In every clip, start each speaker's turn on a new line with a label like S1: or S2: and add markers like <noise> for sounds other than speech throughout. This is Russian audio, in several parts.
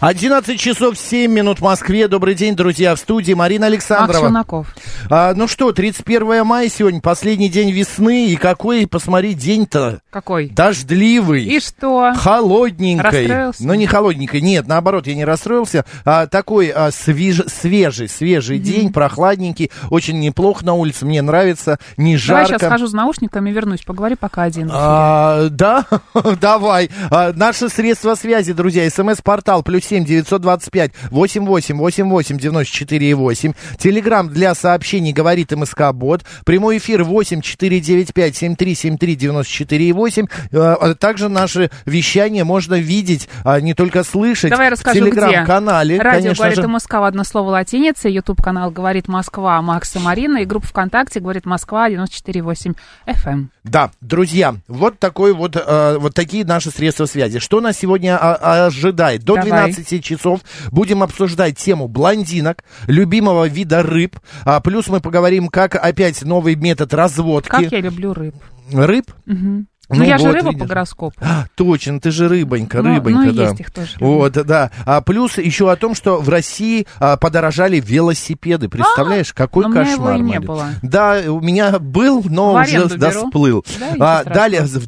S1: 11 часов 7 минут в Москве. Добрый день, друзья, в студии Марина
S2: Макс
S1: Александрова.
S2: Челноков.
S1: А, ну что, 31 мая сегодня, последний день весны. И какой, посмотри, день-то
S2: Какой?
S1: дождливый.
S2: И что?
S1: Холодненькой.
S2: Расстроился?
S1: Ну, не холодненькой. Нет, наоборот, я не расстроился. А, такой а, свеж- свежий, свежий день, прохладненький. Очень неплохо на улице, мне нравится. Не
S2: Давай
S1: жарко.
S2: сейчас схожу с наушниками, вернусь, поговори пока один.
S1: А, да, <laughs> давай. А, наши средства связи, друзья. СМС-портал плюс семь девятьсот двадцать пять восемь восемь восемь восемь девяносто четыре и восемь. Телеграмм для сообщений говорит МСК Бот. Прямой эфир восемь четыре девять пять семь три семь три девяносто четыре и восемь. А, а Также наши вещания можно видеть, а не только слышать.
S2: Давай я
S1: в
S2: расскажу, где.
S1: телеграм-канале,
S2: Радио
S1: конечно
S2: «Говорит
S1: же.
S2: МСК» в одно слово латиница, YouTube-канал «Говорит Москва» Макс и Марина, и группа ВКонтакте «Говорит Москва» 94.8 FM.
S1: Да, друзья, вот такой вот, э, вот такие наши средства связи. Что нас сегодня а, ожидает? До
S2: Давай.
S1: 12 часов будем обсуждать тему блондинок, любимого вида рыб. А, плюс мы поговорим, как опять новый метод разводки
S2: Как я люблю рыб.
S1: рыб.
S2: Ну, я же
S1: вот,
S2: рыба по
S1: видишь.
S2: гороскопу.
S1: А, точно, ты же рыбонька,
S2: Ну,
S1: рыбонька,
S2: ну,
S1: да.
S2: есть их тоже.
S1: Вот, да. А плюс еще о том, что в России а, подорожали велосипеды. Представляешь, какой
S2: А, но у меня
S1: кошмар.
S2: его и не
S1: Марин.
S2: было.
S1: Да, у меня был, но
S2: В
S1: уже
S2: аренду беру.
S1: досплыл. А,
S2: Да, ничего страшного.
S1: далее, в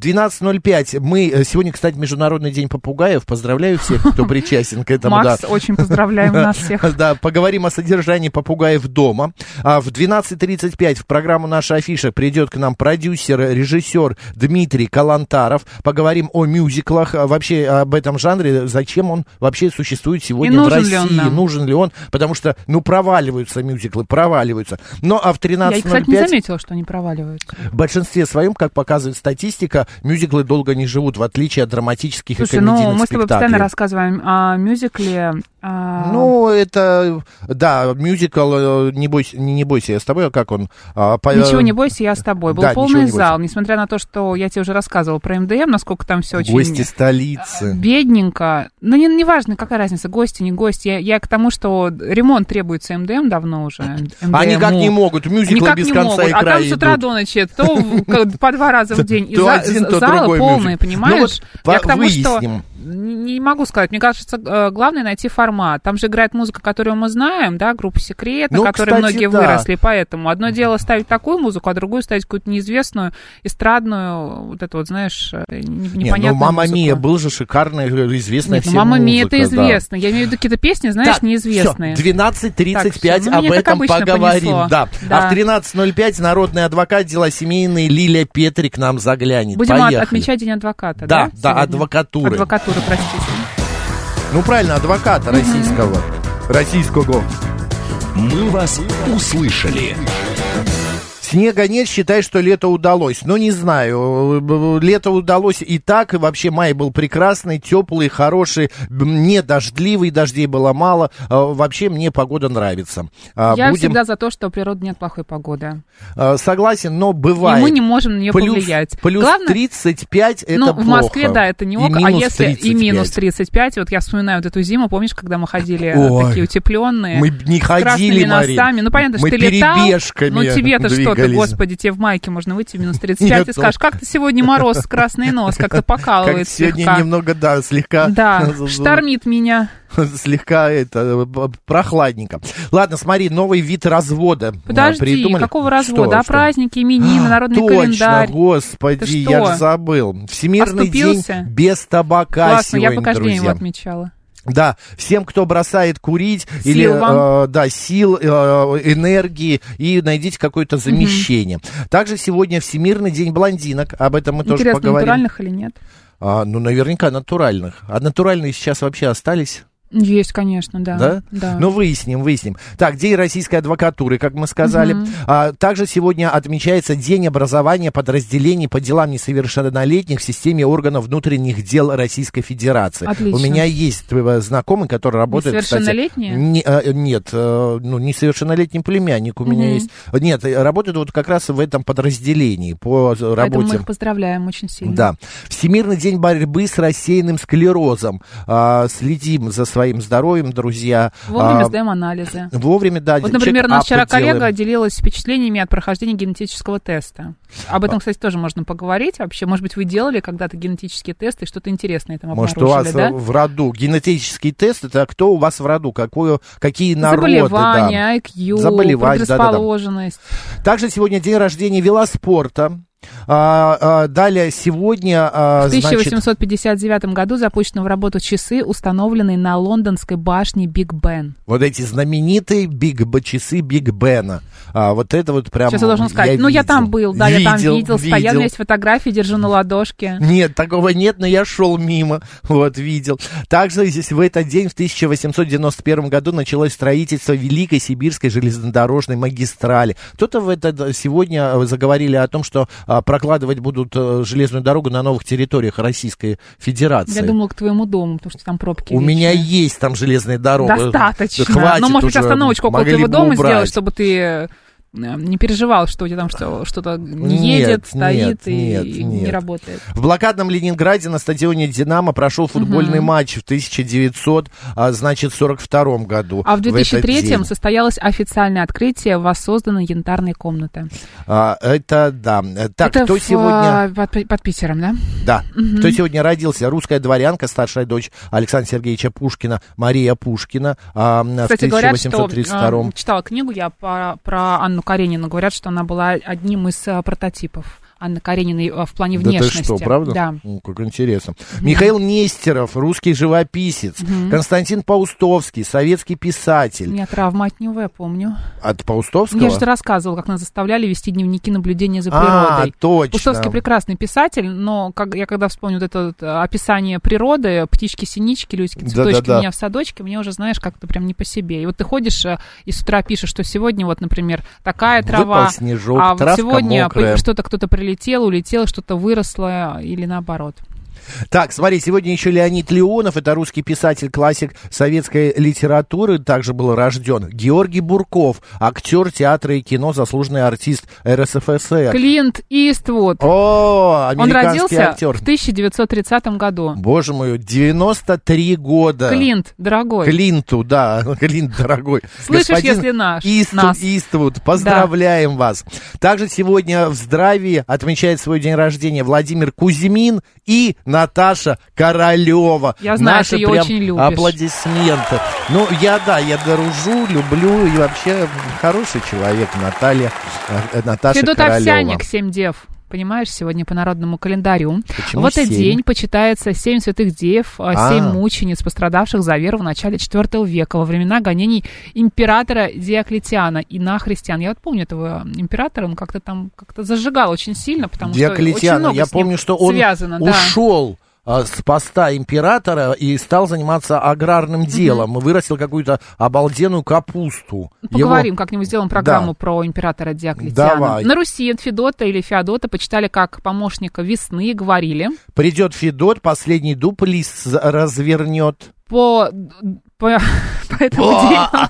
S1: 12.05 мы... э, Сегодня, кстати, Международный день попугаев. Поздравляю всех, кто причастен к этому. да.
S2: Макс, очень поздравляем
S1: <laughs>
S2: нас всех.
S1: Да, поговорим о содержании попугаев дома. А в 12.35 в программу «Наша афиша» придет к нам продюсер, режиссер Дмитрий Калантаров. Поговорим о мюзиклах, а вообще об этом жанре, зачем он вообще существует сегодня
S2: И
S1: в
S2: нужен
S1: России,
S2: ли он нам?
S1: нужен ли он, потому что, ну, проваливаются мюзиклы, проваливаются. Но а в
S2: Я, кстати, не
S1: 13.05
S2: заметила, что они проваливаются.
S1: в большинстве своем, как показывает статистика, мюзиклы долго не живут, в отличие от драматических
S2: Слушай,
S1: и комедийных
S2: ну мы с тобой постоянно
S1: спектаклей.
S2: рассказываем о мюзикле. а,
S1: Ну, это, да, мюзикл, э, не бойся, не, не бойся, я с тобой, а как он? А, по-
S2: Ничего не бойся, я с тобой. Был
S1: да,
S2: полный
S1: «Ничего не бойся».
S2: зал, несмотря на то, что я тебе уже рассказывала про МДМ, насколько там все очень... А,
S1: Гости столицы.
S2: Бедненько. Ну, не, неважно, какая разница, гости, не гости. Я, я к тому, что ремонт требуется МДМ давно уже. МДМу.
S1: Они как не могут, мюзиклы
S2: Никак
S1: без
S2: не
S1: конца
S2: могут.
S1: и
S2: А
S1: края
S2: там с утра
S1: идут.
S2: до ночи, то в- как по два раза в день. И
S1: То
S2: за-
S1: один, то
S2: залы
S1: другой
S2: полные,
S1: мюзикл. Ну
S2: понимаешь?
S1: вот
S2: Я к тому, что
S1: выясним.
S2: н- не могу сказать. Мне кажется, э, главное найти формат. Там же играет музыка, которую мы знаем, да, группа «Секрет»,
S1: Ну,
S2: на которой
S1: кстати,
S2: многие
S1: да.
S2: выросли. Поэтому одно дело ставить такую музыку, а другую ставить какую-то неизвестную, эстрадную, вот это вот, знаешь, э, не-
S1: Не,
S2: непонятную
S1: ну, «Мамма
S2: музыку.
S1: Мия» был же шикарный, э, известный
S2: Нет, ну,
S1: всем
S2: «Мама Мия»
S1: музыка,
S2: это
S1: да.
S2: известно. Я имею в виду какие-то песни, знаешь,
S1: Так,
S2: неизвестные.
S1: всё, 12.35
S2: Так, всё, ну,
S1: об
S2: меня, как
S1: этом
S2: обычно, понесло.
S1: поговорим. Да.
S2: Да.
S1: А в 13.05 народный адвокат дела семейные Лилия Петри к нам заглянет.
S2: Будем от-
S1: Поехали.
S2: отмечать День адвоката, да?
S1: Да, да,
S2: сегодня?
S1: адвокатуры.
S2: Адвокатуры, простите.
S1: Ну правильно, адвоката российского. Российского.
S3: «Мы вас услышали».
S1: Снега нет, считай, что лето удалось. Ну, не знаю, э, лето удалось и так, и вообще май был прекрасный, теплый, хороший, м, не дождливый, дождей было мало. А, Вообще мне погода нравится. А,
S2: Я
S1: Будем
S2: всегда за то, что у природы нет плохой погоды.
S1: а, согласен, но бывает.
S2: И мы не можем на нее
S1: плюс,
S2: повлиять.
S1: Плюс
S2: Главное,
S1: 35 это
S2: ну, в
S1: плохо.
S2: Москве, да, это не
S1: И
S2: ок, а
S1: минус
S2: если и
S1: 35.
S2: минус 35, вот я вспоминаю вот эту зиму, помнишь, когда мы ходили
S1: Ой,
S2: такие утепленные,
S1: Мы б не ходили,
S2: красными
S1: Марин.
S2: носами, ну понятно,
S1: мы
S2: что ты летал,
S1: перебежками
S2: ну тебе-то что, ты,
S1: двигались.
S2: господи, тебе в майке можно выйти в минус 35
S1: Нет,
S2: и
S1: ну.
S2: скажешь, как-то сегодня мороз, красный нос, как-то
S1: Как
S2: покалывает
S1: сегодня
S2: слегка.
S1: немного, <laughs> да, слегка...
S2: Да, штормит меня.
S1: слегка это п- прохладненько. Ладно, смотри, новый вид развода. а,
S2: Подожди,
S1: придумали.
S2: какого
S1: Что,
S2: развода? А
S1: что?
S2: праздники,
S1: <gasps>
S2: именины, народный
S1: Точно,
S2: календарь.
S1: господи,
S2: Ты
S1: я
S2: что?
S1: же забыл. Всемирный
S2: Оступился?
S1: день без табака
S2: Классно, я
S1: сегодня,
S2: бы каждый день его
S1: друзья.
S2: отмечала.
S1: Да, всем, кто бросает курить или
S2: вам.
S1: э, да, сил, э, энергии, и найдите какое-то замещение. Также сегодня Всемирный день блондинок, об этом мы тоже
S2: Интересно,
S1: поговорим.
S2: натуральных или нет?
S1: А, ну, наверняка натуральных. А натуральные сейчас вообще остались?
S2: Есть, конечно, да.
S1: Да?
S2: Да.
S1: Ну, выясним, выясним. Так, День российской адвокатуры, как мы сказали. А, также сегодня отмечается День образования подразделений по делам несовершеннолетних в системе органов внутренних дел Российской Федерации.
S2: Отлично.
S1: У меня есть э, знакомый, который работает... кстати,
S2: Несовершеннолетние?
S1: не- э, нет, э, ну, несовершеннолетний племянник у меня есть. Нет, э, работает вот как раз в этом подразделении по э,
S2: Поэтому мы
S1: работе.
S2: их поздравляем очень сильно.
S1: Да. Всемирный день борьбы с рассеянным склерозом. А, следим за своим здоровьем, друзья.
S2: Вовремя
S1: А,
S2: сдаем анализы.
S1: Вовремя, да.
S2: Вот, например,
S1: чек-ап
S2: наш вчера
S1: делаем.
S2: коллега делилась впечатлениями от прохождения генетического теста. Об
S1: А.
S2: этом, кстати, тоже можно поговорить. Вообще, может быть, вы делали когда-то генетические тесты, и что-то интересное там
S1: Может, у вас
S2: обнаружили,
S1: э, в роду генетический тест, это кто у вас в роду, какую, какие
S2: да?
S1: народы.
S2: Заболевания, IQ,
S1: Заболевания, да-да-да.
S2: предрасположенность.
S1: да. Также сегодня день рождения велоспорта. А, а, далее сегодня, а,
S2: В
S1: значит,
S2: 1859 году запущены в работу часы, установленные на лондонской башне Биг Бен.
S1: вот эти знаменитые биг Б- часы Биг Бена. А, вот это вот прям...
S2: Сейчас я должен сказать, ну я
S1: видел.
S2: там был, да, я там видел, стоял, у
S1: видел.
S2: меня есть фотографии, держу на ладошке.
S1: Нет, такого нет, но я шел мимо, вот, видел. Также здесь в этот день, в 1891 году, началось строительство Великой Сибирской железнодорожной магистрали. Кто-то в этот сегодня э, заговорили о том, что а, прокладывать будут э, железную дорогу на новых территориях Российской Федерации.
S2: Я думала к твоему дому, потому что там пробки.
S1: У меня
S2: вечные.
S1: есть там железная дорога.
S2: Достаточно.
S1: Да Хватит
S2: ну, может быть,
S1: уже,
S2: остановочку около
S1: могли
S2: твоего
S1: бы
S2: дома
S1: убрать.
S2: сделать, чтобы ты э, не переживал, что у тебя там что- что-то не
S1: Нет,
S2: едет,
S1: нет,
S2: стоит и
S1: нет,
S2: и не
S1: нет.
S2: работает.
S1: В блокадном Ленинграде на стадионе «Динамо» прошел футбольный матч в а, 1942 году.
S2: А в
S1: этот
S2: 2003-м
S1: день.
S2: состоялось официальное открытие воссозданной янтарной комнаты.
S1: А, это да. Э, Так,
S2: Это
S1: кто
S2: в,
S1: сегодня...
S2: а, под, под Питером, да?
S1: Да, кто сегодня родился? Русская дворянка, старшая дочь Александра Сергеевича Пушкина, Мария Пушкина а, м,
S2: Кстати,
S1: в
S2: говорят, что
S1: 1832
S2: э, читала книгу я про, про Анну Каренину. Говорят, что она была одним из э, прототипов Анны Карениной э, в плане
S1: Да ты
S2: внешности.
S1: что, правда?
S2: Да.
S1: Ну, как интересно. Михаил Нестеров, русский живописец. Константин Паустовский, советский
S2: У
S1: писатель.
S2: меня травма от него, я помню.
S1: От Паустовского?
S2: Я же тебе рассказывала, как нас заставляли вести дневники наблюдения за
S1: а,
S2: природой.
S1: точно.
S2: Пустовский прекрасный писатель, но как, я когда вспомню вот это вот, э, описание природы, птички-синички, людские цветочки
S1: Да-да-да.
S2: у меня в садочке, мне уже, знаешь, как-то прям не по себе. И вот ты ходишь э, и с утра пишешь, что сегодня вот, например, такая
S1: Выпал
S2: трава,
S1: снежок,
S2: а вот
S1: травка
S2: сегодня
S1: мокрая.
S2: п- что-то кто-то прилетел, улетел, что-то выросло или наоборот.
S1: Так, смотри, сегодня еще Леонид Леонов, это русский писатель, классик советской литературы, также был рожден. Георгий Бурков, актер театра и кино, заслуженный артист РСФСР.
S2: Клинт Иствуд.
S1: О,
S2: Он
S1: американский
S2: родился
S1: актер.
S2: в 1930 году.
S1: Боже мой, 93 года.
S2: Клинт, дорогой.
S1: Клинту, да, <laughs> Клинт, дорогой.
S2: Слышишь,
S1: Господин
S2: если наш,
S1: Исту-
S2: нас.
S1: Иствуд, поздравляем вас. Также сегодня в здравии отмечает свой день рождения Владимир Кузьмин и Наташа Королева.
S2: Я знаю,
S1: Наши
S2: ты её
S1: прям
S2: очень любишь.
S1: аплодисменты. Ну, я, да, я дружу, люблю и вообще хороший человек Наталья, э, Наташа
S2: Федот
S1: Королева.
S2: Овсяник, семь дев. Понимаешь, сегодня по народному календарю.
S1: Почему
S2: в этот
S1: семь?
S2: день почитается семь святых дев, а,
S1: А.
S2: семь мучениц, пострадавших за веру в начале IV века, во времена гонений императора Диоклетиана и на христиан. Я вот помню этого императора, он как-то там как-то зажигал очень сильно, потому что очень
S1: Диоклетиана,
S2: много
S1: я
S2: с ним
S1: помню, что он
S2: связано, да.
S1: ушел а, с поста императора и стал заниматься аграрным делом. И Вырастил какую-то обалденную капусту.
S2: Ну, Поговорим,
S1: Его-
S2: как-нибудь сделаем программу про императора Диоклетиана.
S1: Давай.
S2: На Руси Федота или Феодота почитали как помощника весны и говорили.
S1: Придет Федот, последний дуб лист за- развернет.
S2: по, по, по этому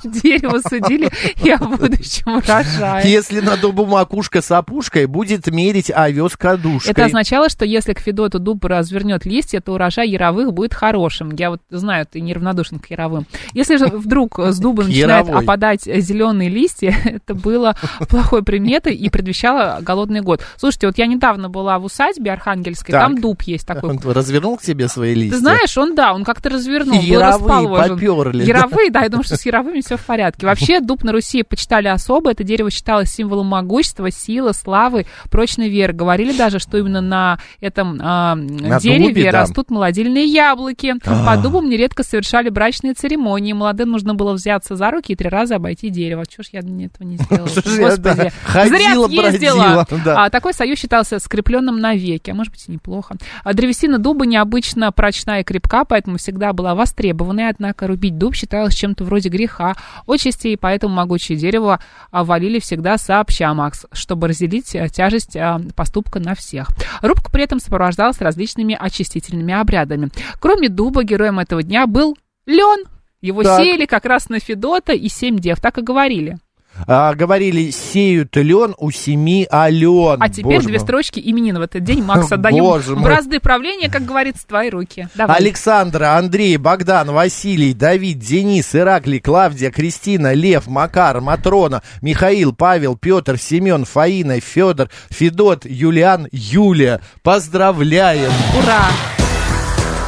S2: дереву, дереву судили и о будущем урожае.
S1: Если на дубу макушка с опушкой, будет мерить овес кадушкой.
S2: Это означало, что если к Федоту дуб развернет листья, то урожай яровых будет хорошим. Я вот знаю, ты неравнодушен к яровым. Если же вдруг с дуба
S1: К
S2: начинают
S1: яровой.
S2: опадать зеленые листья, <laughs> это было плохой приметой и предвещало голодный год. Слушайте, вот я недавно была в усадьбе Архангельской,
S1: Так.
S2: там дуб есть такой
S1: Он развернул к себе свои листья.
S2: Ты знаешь, он, да, он как-то развернул,
S1: И
S2: был
S1: яровые
S2: расположен.
S1: попёрли,
S2: Яровые, да, я думаю, что с яровыми все в порядке. Вообще, дуб на Руси почитали особо. Это дерево считалось символом могущества, силы, славы, прочной веры. Говорили даже, что именно на этом а, дереве
S1: дубе, да. А.
S2: растут молодильные яблоки. По дубам нередко совершали брачные церемонии. Молодым нужно было взяться за руки и три раза обойти дерево. Чего ж я этого
S1: <laughs>
S2: не сделала?
S1: Что ж я, да,
S2: Господи,
S1: ходила,
S2: зря съездила.
S1: бродила, да.
S2: А, такой союз считался скрепленным навеки, а может быть и неплохо. А Древесина дуба необычно прочна и крепка, поэтому всегда была востребована, однако рубить Рубить дуб считалось чем-то вроде греха, отчасти и поэтому могучее дерево а, валили всегда сообща, Макс, чтобы разделить э, тяжесть э, поступка на всех. Рубка при этом сопровождалась различными очистительными обрядами. Кроме дуба, героем этого дня был лен. Его
S1: Так.
S2: сеяли как раз на Федота и семь дев, так и говорили.
S1: А, говорили, сеют лен у семи ален.
S2: А теперь
S1: Боже
S2: две
S1: мой.
S2: строчки имени в этот
S1: <laughs>
S2: день. Макс, отдаем
S1: Боже
S2: в
S1: мой.
S2: разды правления, как говорится, в твои руки. Давай.
S1: Александра, Андрей, Богдан, Василий, Давид, Денис, Ираклий, Клавдия, Кристина, Лев, Макар, Матрона, Михаил, Павел, Петр, Семен, Фаина, Федор, Федот, Юлиан, Юлия. Поздравляем!
S2: Ура!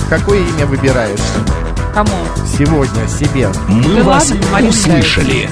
S1: Какое имя выбираешь
S2: Кому?
S1: сегодня себе?
S3: «Мы
S2: Да
S3: вас
S2: ладно, Марина
S3: услышали».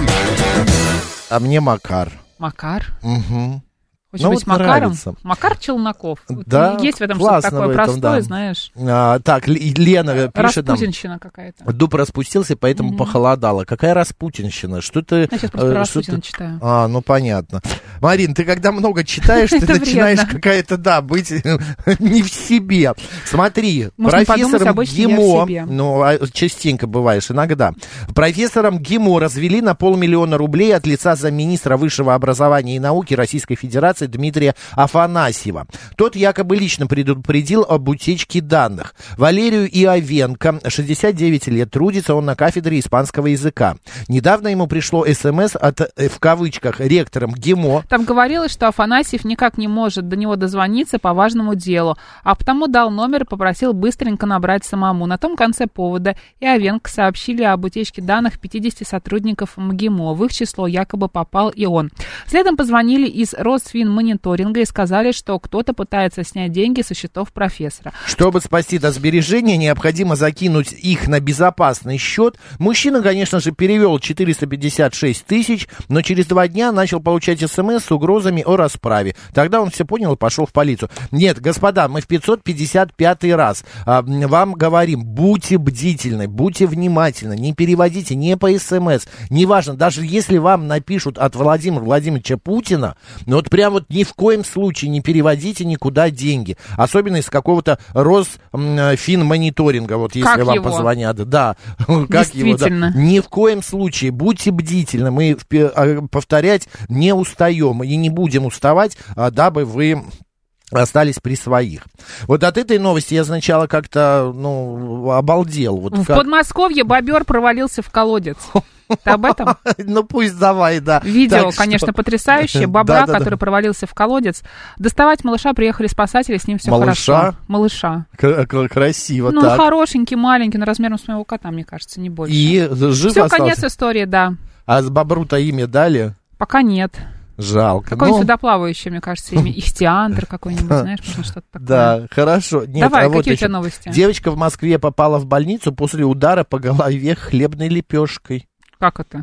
S1: А мне Макар.
S2: Макар?
S1: Мгм.
S2: Хочешь
S1: Ну вот
S2: быть Макаром?
S1: нравится.
S2: Макар Челноков. Вот
S1: Да,
S2: Есть в этом
S1: классно
S2: что-то такое
S1: в этом,
S2: простое,
S1: да.
S2: знаешь.
S1: А, так, Л- Лена пишет нам.
S2: Распутинщина какая-то.
S1: Дуб распустился, поэтому похолодало. Какая распутинщина? Что ты...
S2: Я сейчас
S1: э,
S2: просто про
S1: что
S2: Распутина
S1: ты-
S2: читаю.
S1: А, ну понятно. Марин, ты когда много
S2: <laughs>
S1: читаешь, ты
S2: Это
S1: начинаешь
S2: вредно.
S1: какая-то, да, быть э, <laughs> не в себе. Смотри,
S2: Можно подумать,
S1: профессором
S2: обычно я в
S1: ГИМО,
S2: себе.
S1: ну, а, частенько бываешь, иногда, профессором ГИМО развели на полмиллиона рублей от лица замминистра высшего образования и науки Российской Федерации Дмитрия Афанасьева. Тот якобы лично предупредил об утечке данных. Валерию Иовенко, 69 лет, трудится он на кафедре испанского языка. Недавно ему пришло СМС от, э, в кавычках, ректором ГИМО,
S2: Там говорилось, что Афанасьев никак не может до него дозвониться по важному делу, а потому дал номер и попросил быстренько набрать самому. На том конце повода и Овенко сообщили об утечке данных 50 сотрудников МГИМО. В их число якобы попал и он. Следом позвонили из Росфинмониторинга и сказали, что кто-то пытается снять деньги со счетов профессора.
S1: Чтобы спасти до сбережения, необходимо закинуть их на безопасный счет. Мужчина, конечно же, перевел 456 тысяч, но через два дня начал получать смс с угрозами о расправе. Тогда он все понял и пошел в полицию. Нет, господа, мы в 555 раз а, м, вам говорим, будьте бдительны, будьте внимательны, не переводите не по смс, неважно, даже если вам напишут от Владимира Владимировича Путина, ну вот прям вот ни в коем случае не переводите никуда деньги, особенно из какого-то Росфинмониторинга, вот если
S2: Как
S1: вам
S2: его?
S1: позвонят. Да, <laughs> как его, да.
S2: Действительно.
S1: Ни в коем случае, будьте бдительны, мы в пе- а, повторять не устаем и не будем уставать, а, дабы вы остались при своих. Вот от этой новости я сначала как-то, ну, обалдел. Вот
S2: В
S1: как-
S2: Подмосковье бобер провалился в колодец. Ты об этом?
S1: <laughs> Ну пусть давай, да.
S2: Видео,
S1: Так что-
S2: конечно,
S1: <laughs>
S2: потрясающее. Бобра,
S1: Да-да-да.
S2: который провалился в колодец. Доставать малыша приехали спасатели, с ним все
S1: Малыша?
S2: хорошо. Малыша.
S1: К- к- Красиво
S2: ну, он
S1: так.
S2: хорошенький, маленький, но размером с моего кота, мне кажется, не больше.
S1: И жив
S2: все, конец
S1: остался.
S2: истории, да.
S1: А с бобру-то имя дали?
S2: Пока нет.
S1: Жалко.
S2: Какое-нибудь
S1: Ну,
S2: водоплавающее, мне кажется,
S1: <laughs>
S2: имя. Ихтиандр какой-нибудь, знаешь, потому что-то такое.
S1: Да, хорошо. Нет,
S2: Давай,
S1: а вот
S2: какие у
S1: еще.
S2: тебя новости?
S1: Девочка в Москве попала в больницу после удара по голове хлебной лепешкой.
S2: Как это?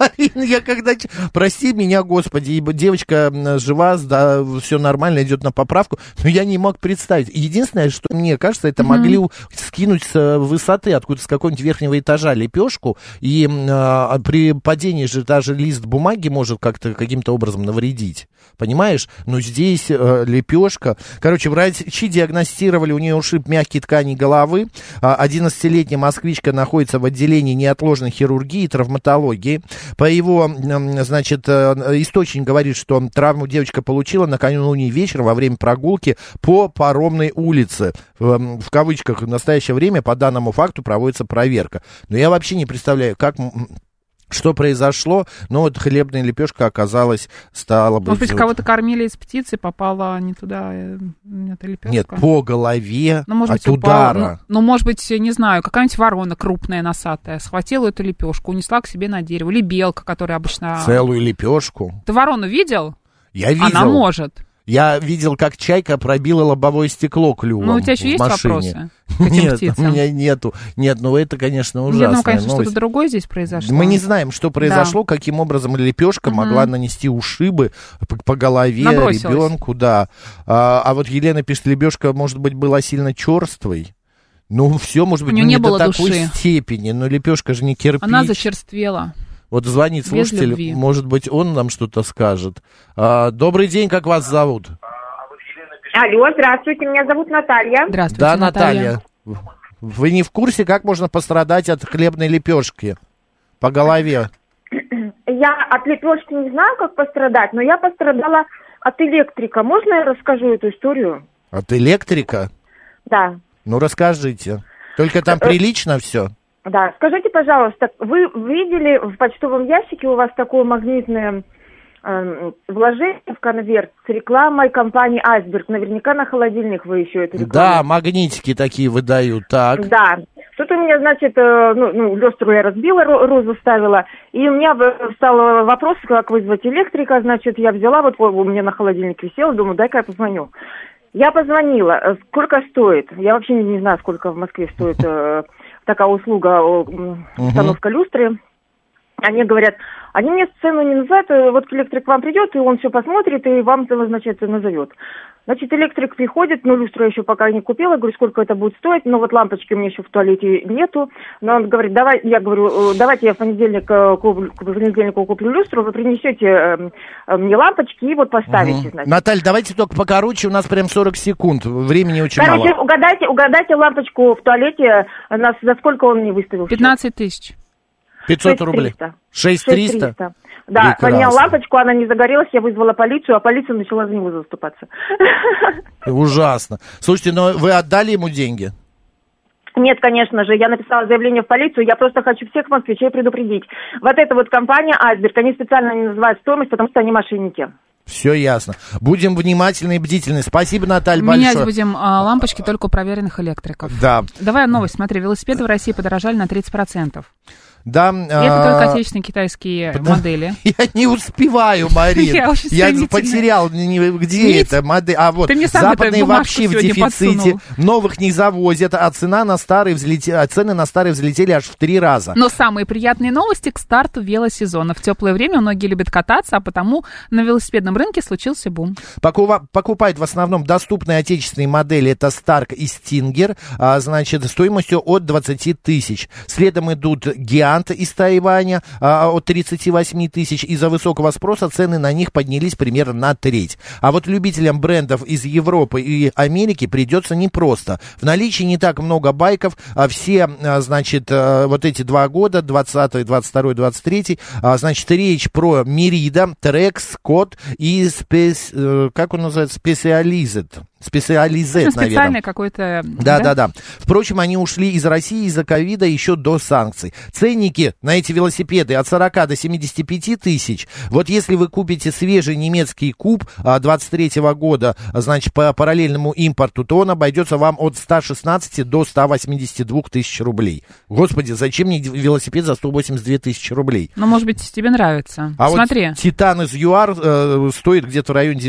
S1: Марина, я когда... ч- Прости меня, господи, ибо девочка м, жива, да, все нормально, идет на поправку, но я не мог представить. Единственное, что мне кажется, это могли у- скинуть с э, высоты, откуда с какого-нибудь верхнего этажа лепешку, и м, а, при падении же даже лист бумаги может как-то каким-то образом навредить. Понимаешь? Но здесь э, лепешка. Короче, врачи диагностировали у нее ушиб мягкие ткани головы. А, 11-летняя москвичка находится в отделении неотложной хирургии и травматологии. По его, м, значит, э, источник говорит, что травму девочка получила накануне вечером во время прогулки по паромной улице. Эм, В кавычках, в настоящее время по данному факту проводится проверка. Но я вообще не представляю, как... м, Что произошло? Ну, вот хлебная лепешка оказалась, стала быть...
S2: Может быть,
S1: вот-
S2: Ну, кого-то кормили из птицы, попала не туда, э, м, эта лепешка?
S1: Нет, по голове
S2: Ну, может
S1: от
S2: быть, упала.
S1: удара.
S2: Ну, ну, может быть, не знаю, какая-нибудь ворона крупная, носатая, схватила эту лепешку, унесла к себе на дерево. Или белка, которая обычно...
S1: Целую лепешку.
S2: Ты ворону видел?
S1: Я видел.
S2: А. Она может.
S1: Я видел, как чайка пробила лобовое стекло клювом.
S2: Ну, у тебя еще
S1: в
S2: есть
S1: машине.
S2: вопросы
S1: <laughs>
S2: к этим
S1: Нет,
S2: птицам?
S1: у меня нету. Нет, ну это, конечно,
S2: Ну,
S1: ужасно.
S2: Я думаю, конечно, что-то другое здесь произошло.
S1: Мы не знаем, что произошло, каким образом лепешка могла нанести ушибы по, по голове
S2: Набросилась.
S1: ребенку, да. А, а вот Елена пишет, лепешка, может быть, была сильно черствой. Ну, все, может быть,
S2: У неё
S1: ну,
S2: не
S1: не до
S2: было
S1: такой
S2: души.
S1: степени. Но лепешка же не кирпич.
S2: Она зачерствела.
S1: Вот звонит
S2: Без
S1: слушатель,
S2: любви.
S1: может быть, он нам что-то скажет. А, добрый день, как вас зовут?
S4: Алло, здравствуйте, меня зовут Наталья.
S2: Здравствуйте,
S1: да, Наталья. Вы не в курсе, как можно пострадать от хлебной лепешки по голове?
S4: Я от лепешки не знаю, как пострадать, но я пострадала от электрика. Можно я расскажу эту историю?
S1: От электрика?
S4: Да,
S1: Ну, расскажите. Только там
S4: Э,
S1: прилично все.
S4: да. Скажите, пожалуйста, вы видели в почтовом ящике у вас такое магнитное эм, вложение в конверт с рекламой компании «Айсберг». Наверняка на холодильник вы еще эту
S1: Да,
S4: рекламу...
S1: магнитики такие выдают, так.
S4: Да. Тут у меня, значит, э, ну, ну, люстру я разбила, ро- розу ставила, и у меня в- встал э, вопрос, как вызвать электрика, значит, я взяла, вот вот у меня на холодильнике висела, думаю, дай-ка я позвоню. Я позвонила, э, сколько стоит, я вообще не, не знаю, сколько в Москве стоит э, такая услуга, э, м, установка люстры. Они говорят, они мне цену не называют, э, вот электрик вам придет, и он все посмотрит, и вам, э, значит, назовет. Значит, электрик приходит, ну, люстру я еще пока не купила, говорю, сколько это будет стоить, но вот лампочки у меня еще в туалете нету. Но он говорит, давай, я говорю, «Э, давайте я в понедельник, э, куплю, к понедельнику куплю люстру, вы принесете э, э, мне лампочки и вот поставите,
S1: Мгм.
S4: значит.
S1: Наталья, давайте только покороче, у нас прям 40 секунд, времени очень
S4: Короче,
S1: мало.
S4: угадайте, угадайте лампочку в туалете, э, на, за сколько он мне выставил. счет.
S2: 15 тысяч.
S1: 500 рублей. 6300?
S4: 6300. Да,
S1: Прекрасно.
S4: поменяла лампочку, она не загорелась, я вызвала полицию, а полиция начала за него заступаться. <laughs>
S1: Ужасно. Слушайте, но вы отдали ему деньги?
S4: Нет, конечно же, я написала заявление в полицию, я просто хочу всех москвичей предупредить. Вот эта вот компания «Айсберг», они специально не называют стоимость, потому что они мошенники.
S1: Все ясно. Будем внимательны и бдительны. Спасибо, Наталья,
S2: Менять
S1: большое.
S2: будем а, лампочки только у проверенных электриков.
S1: Да,
S2: Давай новость, смотри, велосипеды в России подорожали на 30%.
S1: да.
S2: И это только
S1: а,
S2: отечественные китайские модели.
S1: <laughs> Я не успеваю, Марин.
S2: <laughs> Я очень стремительно.
S1: потерял, не- не- где
S2: Нить.
S1: это модель. А вот,
S2: Ты мне сам
S1: западные
S2: эту бумажку
S1: вообще в
S2: сегодня
S1: дефиците,
S2: подсунул.
S1: новых не завозят, а цена на старые взлете- а цены на старые взлетели аж в три раза.
S2: Но самые приятные новости к старту велосезона. В теплое время многие любят кататься, а потому на велосипедном рынке случился бум.
S1: Покупают покупают в основном доступные отечественные модели. Это Старк и Стингер, а, значит, стоимостью от 20 тысяч. Следом идут Гиант из Тайваня а, от 38 тысяч. Из-за высокого спроса цены на них поднялись примерно на треть. А вот любителям брендов из Европы и Америки придется непросто. В наличии не так много байков, а все, а, значит, а, вот эти два года, 20 22 23 а, значит, речь про Мирида, Трекс, Скотт и спес- э, как он называется, специализет. Специализет, наверное.
S2: Ну, Специальное какое-то...
S1: Да, да, да. Впрочем, они ушли из России из-за ковида еще до санкций. Ценники на эти велосипеды от 40 до 75 тысяч. Вот если вы купите свежий немецкий куб 23 года, а, значит, по параллельному импорту, то он обойдется вам от 116 до 182 тысяч рублей. Господи, зачем мне велосипед за 182 тысячи рублей?
S2: Ну, может быть, тебе нравится.
S1: А
S2: Смотри.
S1: вот Титан из ЮАР э, стоит где-то в районе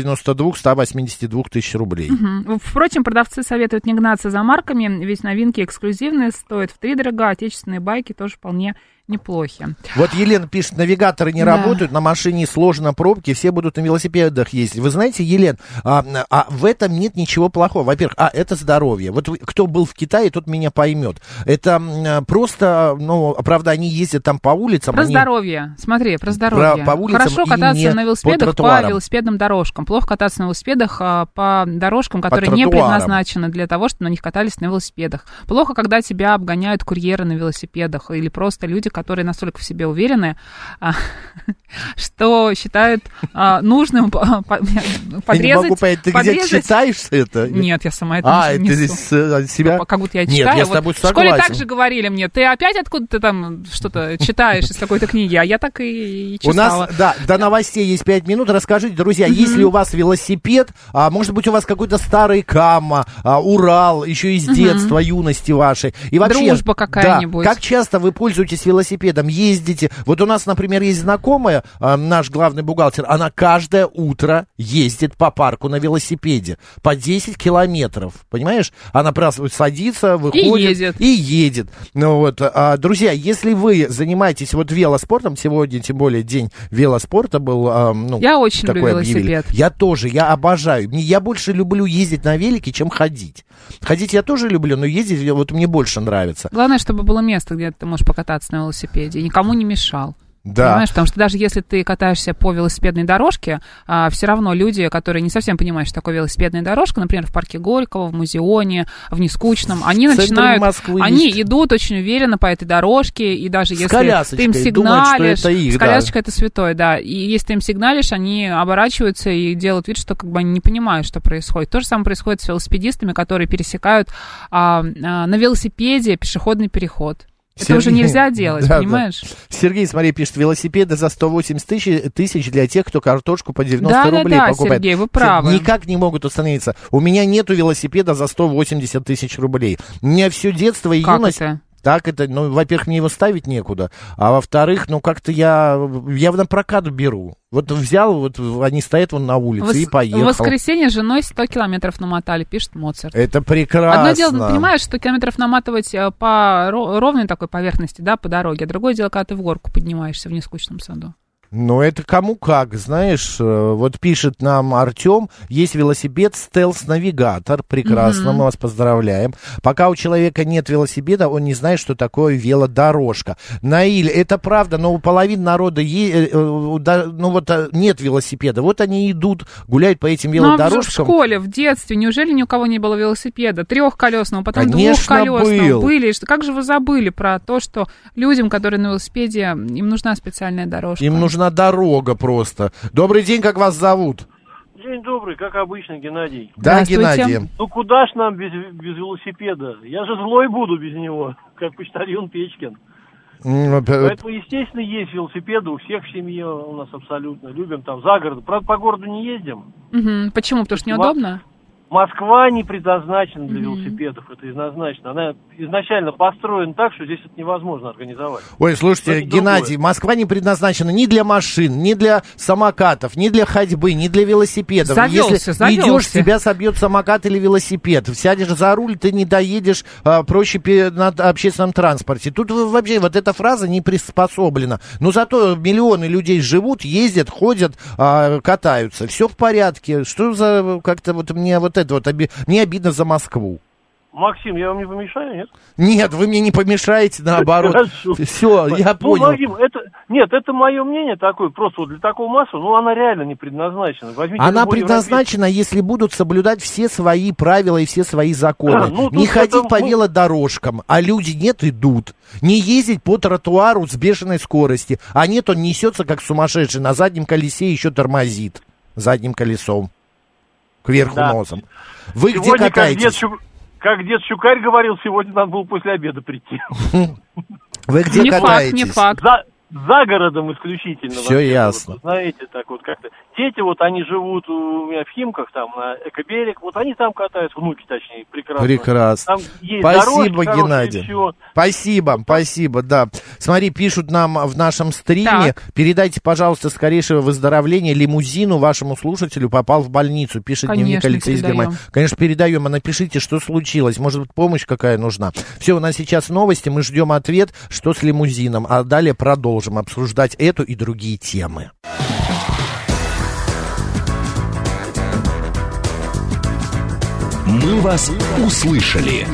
S1: 92-182 тысяч рублей.
S2: Мгм. Впрочем, продавцы советуют не гнаться за марками, ведь новинки эксклюзивные стоят в три дорога, отечественные байки тоже вполне неплохи.
S1: Вот Елена пишет, навигаторы не
S2: Да.
S1: работают, на машине сложно пробки, все будут на велосипедах ездить. Вы знаете, Елен, а, а в этом нет ничего плохого. Во-первых, а это здоровье. Вот вы- кто был в Китае, тот меня поймет. Это м, а, просто, ну, правда, они ездят там по улицам.
S2: Про
S1: они-
S2: здоровье. Смотри, про здоровье.
S1: по улицам
S2: Хорошо
S1: и
S2: кататься
S1: не
S2: на
S1: по
S2: велосипедах по,
S1: тротуарам.
S2: велосипедным дорожкам. Плохо кататься на велосипедах а, по дорожкам, которые не
S1: тротуарам.
S2: предназначены для того, чтобы на них катались на велосипедах. Плохо, когда тебя обгоняют курьеры на велосипедах или просто люди, которые настолько в себе уверены, а, <laughs> что считают а, нужным по- по-
S1: Я не могу
S2: подрезать.
S1: понять, ты где
S2: подрезать-
S1: читаешь это?
S2: Нет, я сама это
S1: А,
S2: не-
S1: это
S2: несу.
S1: из э, от себя?
S2: Как- Как будто я
S1: Нет,
S2: читаю.
S1: я с
S2: Вот
S1: тобой
S2: в школе
S1: согласен.
S2: так же говорили мне, ты опять откуда ты там что-то читаешь из какой-то книги, а я так и, и
S1: У
S2: читала.
S1: нас, да, до новостей есть 5 минут. Расскажите, друзья, есть ли у вас велосипед, а может быть у вас какой-то старый Кама, а, Урал, еще из детства, юности вашей. И вообще,
S2: Дружба
S1: да,
S2: какая-нибудь.
S1: как часто вы пользуетесь велосипедом, ездите? Вот у нас, например, есть знакомая, а, наш главный бухгалтер, она каждое утро ездит по парку на велосипеде по 10 километров, понимаешь? Она просто садится, выходит
S2: едет.
S1: и едет. Ну вот, а, друзья, если вы занимаетесь вот велоспортом, сегодня тем более день велоспорта был, а, ну,
S2: Я очень люблю
S1: такой объявили.
S2: велосипед.
S1: Я тоже, я обожаю. Мне, я больше люблю ездить на велике, чем ходить. Ходить я тоже люблю, но ездить я- вот мне больше нравится.
S2: Главное, чтобы было место, где ты можешь покататься на велосипеде, и никому не мешал.
S1: Да.
S2: Понимаешь, потому что даже если ты катаешься по велосипедной дорожке, все равно люди, которые не совсем понимают, что такое велосипедная дорожка, например, в парке Горького, в Музеоне, в Нескучном, они
S1: В центре
S2: начинают,
S1: Москвы
S2: они
S1: есть.
S2: идут очень уверенно по этой дорожке, и даже
S1: С
S2: если
S1: колясочкой,
S2: ты им
S1: думают, что
S2: сигналишь,
S1: это их,
S2: с
S1: да.
S2: колясочкой это святое, да, и если ты им сигналишь, они оборачиваются и делают вид, что как бы они не понимают, что происходит. То же самое происходит с велосипедистами, которые пересекают а, а, на велосипеде пешеходный переход. Это уже
S1: Сергей. <laughs>
S2: нельзя делать,
S1: Да, да.
S2: понимаешь?
S1: Сергей, смотри, пишет, велосипеды за 180 тысяч, тысяч для тех, кто картошку по 90
S2: Да-да-да,
S1: рублей покупает.
S2: Сергей, вы правы.
S1: Никак не могут установиться. У меня нету велосипеда за 180 тысяч рублей. У меня все детство и
S2: Как
S1: юность...
S2: это?
S1: Так это, ну, во-первых, мне его ставить некуда, а во-вторых, ну, как-то я явно прокаду беру. Вот взял, вот они стоят вон на улице
S2: Вос-
S1: и
S2: В
S1: поехал.
S2: воскресенье с женой 100 километров намотали, пишет Моцарт.
S1: Это прекрасно.
S2: Одно дело, ну, понимаешь, 100 километров наматывать э, по ро- ровной такой поверхности, да, по дороге, а другое дело, когда ты в горку поднимаешься в нескучном саду. а
S1: Ну, это кому как, знаешь, э, вот пишет нам Артем, есть велосипед стелс-навигатор, прекрасно, мы вас поздравляем. Пока у человека нет велосипеда, он не знает, что такое велодорожка. Наиль, это правда, но у половины народа, е- э, э, у да- ну вот э, нет велосипеда, вот они идут, гуляют по этим
S2: Ну, а в- в
S1: велодорожкам.
S2: школе, в детстве, неужели ни у кого не было велосипеда? Трехколесного, потом
S1: Конечно,
S2: двухколесного.
S1: был.
S2: Были. Что- Как же вы забыли про то, что людям, которые на велосипеде, им нужна специальная дорожка?
S1: Им нужна дорога просто. Добрый день, как вас зовут?
S5: День добрый, как обычно, Геннадий.
S1: Да,
S2: Здравствуйте.
S1: Геннадий.
S5: Ну куда ж нам без, без велосипеда? Я же злой буду без него, <laughs> как почтальон Печкин.
S1: М, э,
S5: Поэтому, естественно, есть велосипеды у всех в семье у нас абсолютно. Любим там за город. Правда, по городу не ездим.
S2: Мгм. Почему? Потому что
S5: Ма-
S2: неудобно?
S5: Москва не предназначена для велосипедов, это однозначно. Она изначально построена так, что здесь это невозможно организовать.
S1: Ой, слушайте,
S5: Это другое.
S1: Геннадий, Москва не предназначена ни для машин, ни для самокатов, ни для ходьбы, ни для велосипедов.
S2: Завелся,
S1: Если
S2: завелся.
S1: идешь, тебя собьет самокат или велосипед. Сядешь за руль, ты не доедешь а, проще пе- на т- общественном транспорте. Тут вы- вообще вот эта фраза не приспособлена. Но зато миллионы людей живут, ездят, ходят, а, катаются. Все в порядке. Что за как-то вот мне вот это вот оби- мне обидно за Москву.
S5: Максим, я вам не помешаю, нет?
S1: Нет, вы мне не помешаете, наоборот.
S5: Хорошо.
S1: Все, я
S5: Ну,
S1: понял.
S5: Вадим, это, нет, это мое мнение такое, просто вот для такого масса, ну, она реально не предназначена. Возьмите
S1: Она
S5: любой европейский-
S1: предназначена, если будут соблюдать все свои правила и все свои законы.
S5: Ну, тут
S1: не
S5: в
S1: ходить
S5: этом,
S1: по
S5: ну-
S1: велодорожкам, а люди нет, идут. Не ездить по тротуару с бешеной скорости. А нет, он несется как сумасшедший. На заднем колесе еще тормозит. Задним колесом. Кверху
S5: Да.
S1: носом. Вы где
S5: Сегодня, как
S1: катаетесь?
S5: дед, Щу- как дед Щукарь говорил, сегодня надо было после обеда прийти.
S1: Вы где
S2: не факт,
S1: катаетесь?
S2: не факт.
S5: За, за городом исключительно.
S1: Всё
S5: вообще-то, вот,
S1: ясно.
S5: вы знаете, так вот как-то. Дети, вот они живут у меня в Химках, там, на Экоберег, вот они там катаются, внуки, точнее, прекрасно.
S1: Прекрасно.
S5: Там есть
S1: Спасибо,
S5: дорожки хорошие,
S1: Геннадий.
S5: всё.
S1: Спасибо, спасибо, да. Смотри, пишут нам в нашем стриме. Передайте, пожалуйста, скорейшего выздоровления лимузину вашему слушателю. Попал в больницу, пишет
S2: Конечно,
S1: дневник Алексей из
S2: передаем.
S1: Германии. Конечно, передаем. А напишите, что случилось. Может быть, помощь какая нужна. Все, у нас сейчас новости. Мы ждем ответ, что с лимузином. А далее продолжим обсуждать эту и другие темы.
S3: «Мы вас услышали».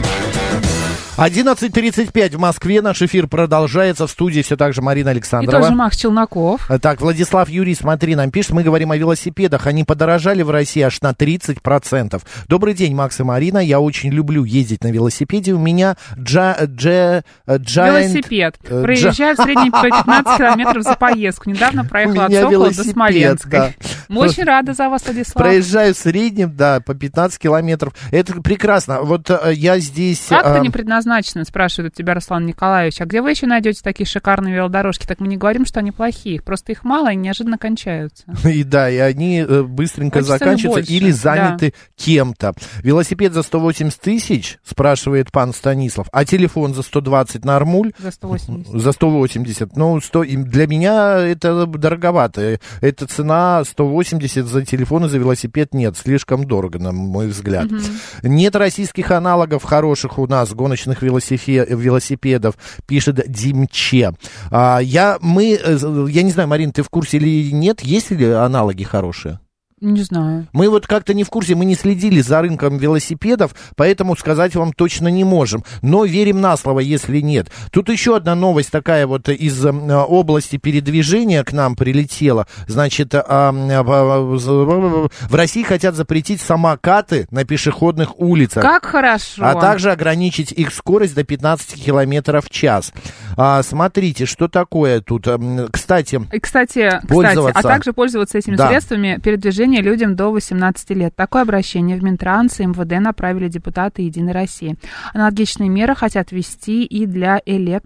S1: 11.35 в Москве. Наш эфир продолжается. В студии все так же Марина
S2: И
S1: Александрова.
S2: тоже Макс Челноков.
S1: А, Так, Владислав Юрий, смотри, нам пишет, мы говорим о велосипедах, они подорожали в России аж на 30%. Добрый день, Макс и Марина, я очень люблю ездить на велосипеде, у меня джа, джа, э, Giant-
S2: Велосипед.
S1: э,
S2: Проезжаю в среднем по 15 километров за поездку. Недавно проехала от
S1: меня
S2: Сокола до
S1: велосипед, да.
S2: Смоленской. Мы очень рады за вас, Владислав.
S1: Проезжаю в среднем, да, по 15 километров. Это прекрасно. Вот э, я здесь...
S2: Как
S1: э,
S2: то не предназначено, спрашивает у тебя Руслан Николаевич. А где вы еще найдете такие шикарные велодорожки? Так мы не говорим, что они плохие. Просто их мало и неожиданно кончаются.
S1: <laughs> И да, и они э, быстренько
S2: Хочется ли
S1: заканчиваются
S2: больше?
S1: или заняты кем-то. Велосипед за 180 тысяч, спрашивает пан Станислав, а телефон за 120 нормуль.
S2: За 180.
S1: За 180. Ну, 100, им- для меня это дороговато. Это цена 180 за телефон и за велосипед нет. Слишком дорого, на мой взгляд. Нет российских аналогов хороших у нас, гоночных велосифе- велосипедов, пишет Димче. А, я, мы, э, я не знаю, Марин, ты в курсе или нет, есть ли аналоги хорошие?
S2: Не знаю.
S1: Мы вот как-то не в курсе, мы не следили за рынком велосипедов, поэтому сказать вам точно не можем. Но верим на слово, если нет. Тут еще одна новость такая вот из э, области передвижения к нам прилетела. Значит, а, а, а, в России хотят запретить самокаты на пешеходных улицах.
S2: Как хорошо.
S1: А также ограничить их скорость до 15 километров в час. А, смотрите, что такое тут. М, Кстати,
S2: И, кстати, кстати,
S1: Пользоваться.
S2: а также пользоваться этими
S1: Да.
S2: средствами передвижения людям до 18 лет. Такое обращение в Минтранс и МВД направили депутаты Единой России. Аналогичные меры хотят ввести и для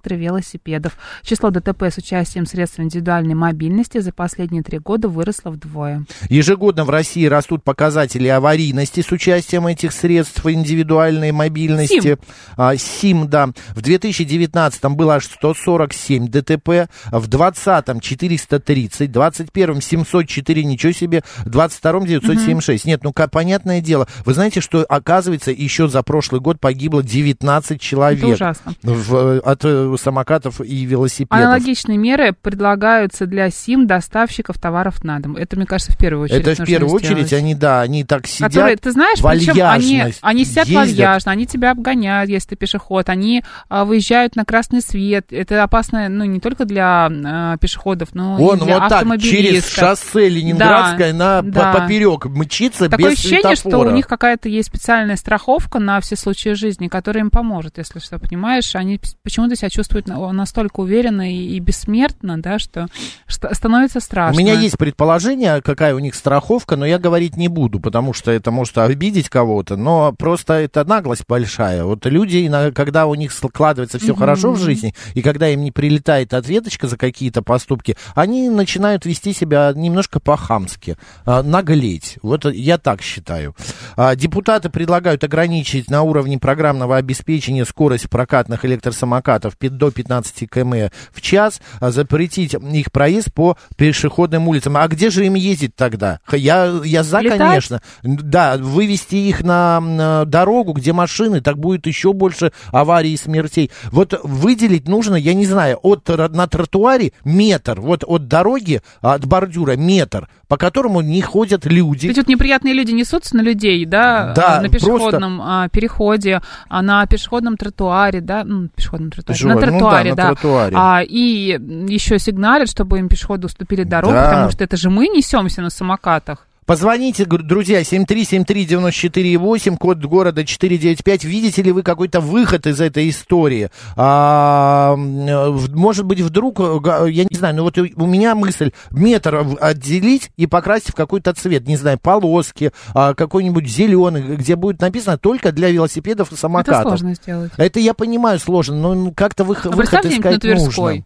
S2: электровелосипедов. Число ДТП с участием средств индивидуальной мобильности за последние три года выросло вдвое.
S1: Ежегодно в России растут показатели аварийности с участием этих средств индивидуальной мобильности. А, СИМ, да. В 2019 было аж 147 ДТП, в 2020 430, в 21 704, ничего себе, в 22 976. Нет, ну ка- понятное дело. Вы знаете, что оказывается еще за прошлый год погибло 19 человек.
S2: ужасно.
S1: в- э, от э, самокатов и велосипедов.
S2: Аналогичные меры предлагаются для СИМ доставщиков товаров на дом. Это, мне кажется, в первую очередь.
S1: Это в
S2: нужно
S1: первую
S2: сделать.
S1: очередь а они, да, они так сидят.
S2: которые, ты знаешь, причем они,
S1: вальяжность,
S2: они сидят
S1: ездят.
S2: вальяжно, они тебя обгоняют, если ты пешеход, они а, выезжают на красный свет. Это опасно, ну, не только для а, пешеходов, но
S1: Он
S2: и для
S1: вот так через
S2: автомобилистов.
S1: шоссе Ленинградское на
S2: Да,
S1: по-
S2: да.
S1: поперек мчится
S2: Такое
S1: без
S2: ощущение, что
S1: светофора.
S2: у них какая-то есть специальная страховка на все случаи жизни, которая им поможет, если что, понимаешь? Они пс- почему-то себя чувствуют на- настолько уверенно и, и бессмертно, да, что, что становится
S1: У
S2: страшно.
S1: меня есть предположение, какая у них страховка, но я говорить не буду, потому что это может обидеть кого-то, но просто это наглость большая. Вот люди, ино- когда у них складывается все хорошо в жизни, и когда им не прилетает ответочка за какие-то поступки, они начинают вести себя немножко по-хамски, а, наглеть. Вот я так считаю. А, Депутаты предлагают ограничить на уровне программного обеспечения скорость прокатных электросамокатов пи- до 15 км в час, а, запретить их проезд по пешеходным улицам. А где же им ездить тогда? Х- Я, я за,
S2: Летать?
S1: конечно. Н- Да, вывести их на, м, на дорогу, где машины, так будет еще больше аварий и смертей. Вот выделить нужно, я не знаю, от, тр- на тротуаре метр, вот от дороги, а, от бордюра метр, по которому не ходят люди.
S2: Ведь тут неприятные люди несутся на людей, да,
S1: Да,
S2: а, на пешеходном а, переходе, а на пешеходном тротуаре, да, м, пешеходном тротуаре,
S1: Жива-
S2: на
S1: ну да,
S2: тротуаре,
S1: на
S2: да,
S1: тротуаре.
S2: А, и м, еще сигналят, чтобы им пешеходы уступили дорогу,
S1: Да.
S2: потому что это же мы несемся на самокатах.
S1: Позвоните, гр- друзья, 7373948, код города 495. Видите ли вы какой-то выход из этой истории? А, м, в- может быть, вдруг, э, га- я не знаю, но вот у у меня мысль метр в- отделить и покрасить в какой-то цвет, не знаю, полоски, а, какой-нибудь зеленый, где будет написано только для велосипедов и самокатов.
S2: Это сложно сделать.
S1: Это я понимаю сложно, но ну, как-то вых-
S2: А
S1: выход
S2: представь где-нибудь на
S1: искать
S2: Тверской.
S1: нужно.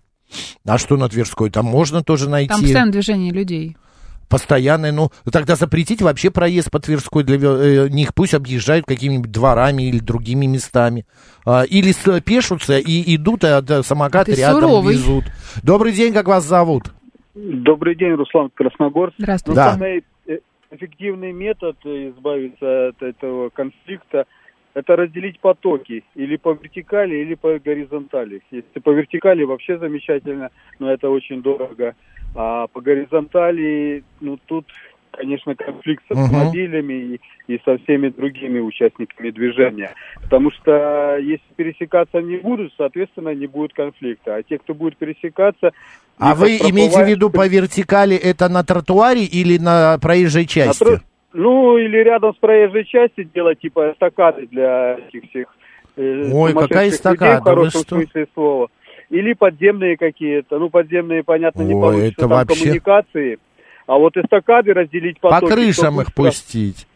S1: А что на Тверской? Там можно тоже найти.
S2: Там постоянно движение людей.
S1: Постоянное, ну, тогда запретить вообще проезд по Тверской для вел- э, них, пусть объезжают какими-нибудь дворами или другими местами. А, или с- пешутся и идут, а да, самокат
S2: Ты
S1: рядом
S2: суровый.
S1: везут. Добрый день, как вас зовут?
S5: Добрый день, Руслан Красногорск.
S2: Здравствуйте.
S1: Да.
S5: Самый э, эффективный метод э, избавиться от этого конфликта – это разделить потоки или по вертикали, или по горизонтали. Если по вертикали вообще замечательно, но это очень дорого. А по горизонтали, ну тут, конечно, конфликт с
S1: Мгм.
S5: автомобилями и, и со всеми другими участниками движения. Потому что если пересекаться не будут, соответственно, не будет конфликта. А те, кто будет пересекаться,
S1: А
S5: их
S1: вы имеете в
S5: отправляют
S1: виду по вертикали это на тротуаре или на проезжей
S5: На
S1: части?
S5: тро- Ну, или рядом с проезжей части делать, типа, эстакады для этих всех э,
S1: Ой, какая
S5: сумасшедших
S1: эстакада,
S5: людей, в
S1: вы
S5: хорошем
S1: что?
S5: смысле слова. Или подземные какие-то. Ну, подземные, понятно, не
S1: Ой,
S5: получится,
S1: это
S5: там
S1: вообще-
S5: коммуникации. А вот эстакады разделить
S1: По
S5: потоки,
S1: крышам
S5: чтобы-
S1: их пустить.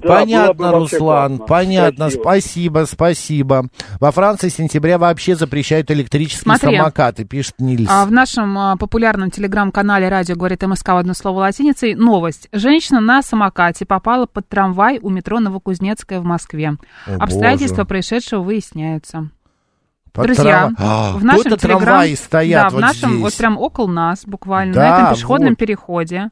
S5: Да, было
S1: понятно,
S5: бы вообще
S1: Руслан,
S5: классно.
S1: понятно,
S5: Красиво.
S1: спасибо, спасибо. Во Франции с сентября вообще запрещают электрические
S2: Смотри.
S1: самокаты, пишет Нильс.
S2: А в нашем а, популярном телеграм-канале «Радио говорит МСК» в одно слово латиницей новость. Женщина на самокате попала под трамвай у метро Новокузнецкая в Москве.
S1: О,
S2: Обстоятельства
S1: боже.
S2: происшего выясняются.
S1: Под
S2: Друзья,
S1: трава- А,
S2: в нашем
S1: кто-то
S2: телеграм...
S1: трамваи стоят
S2: да, в
S1: вот
S2: нашем,
S1: здесь.
S2: вот прям около нас буквально,
S1: Да,
S2: на этом пешеходном
S1: вот.
S2: переходе.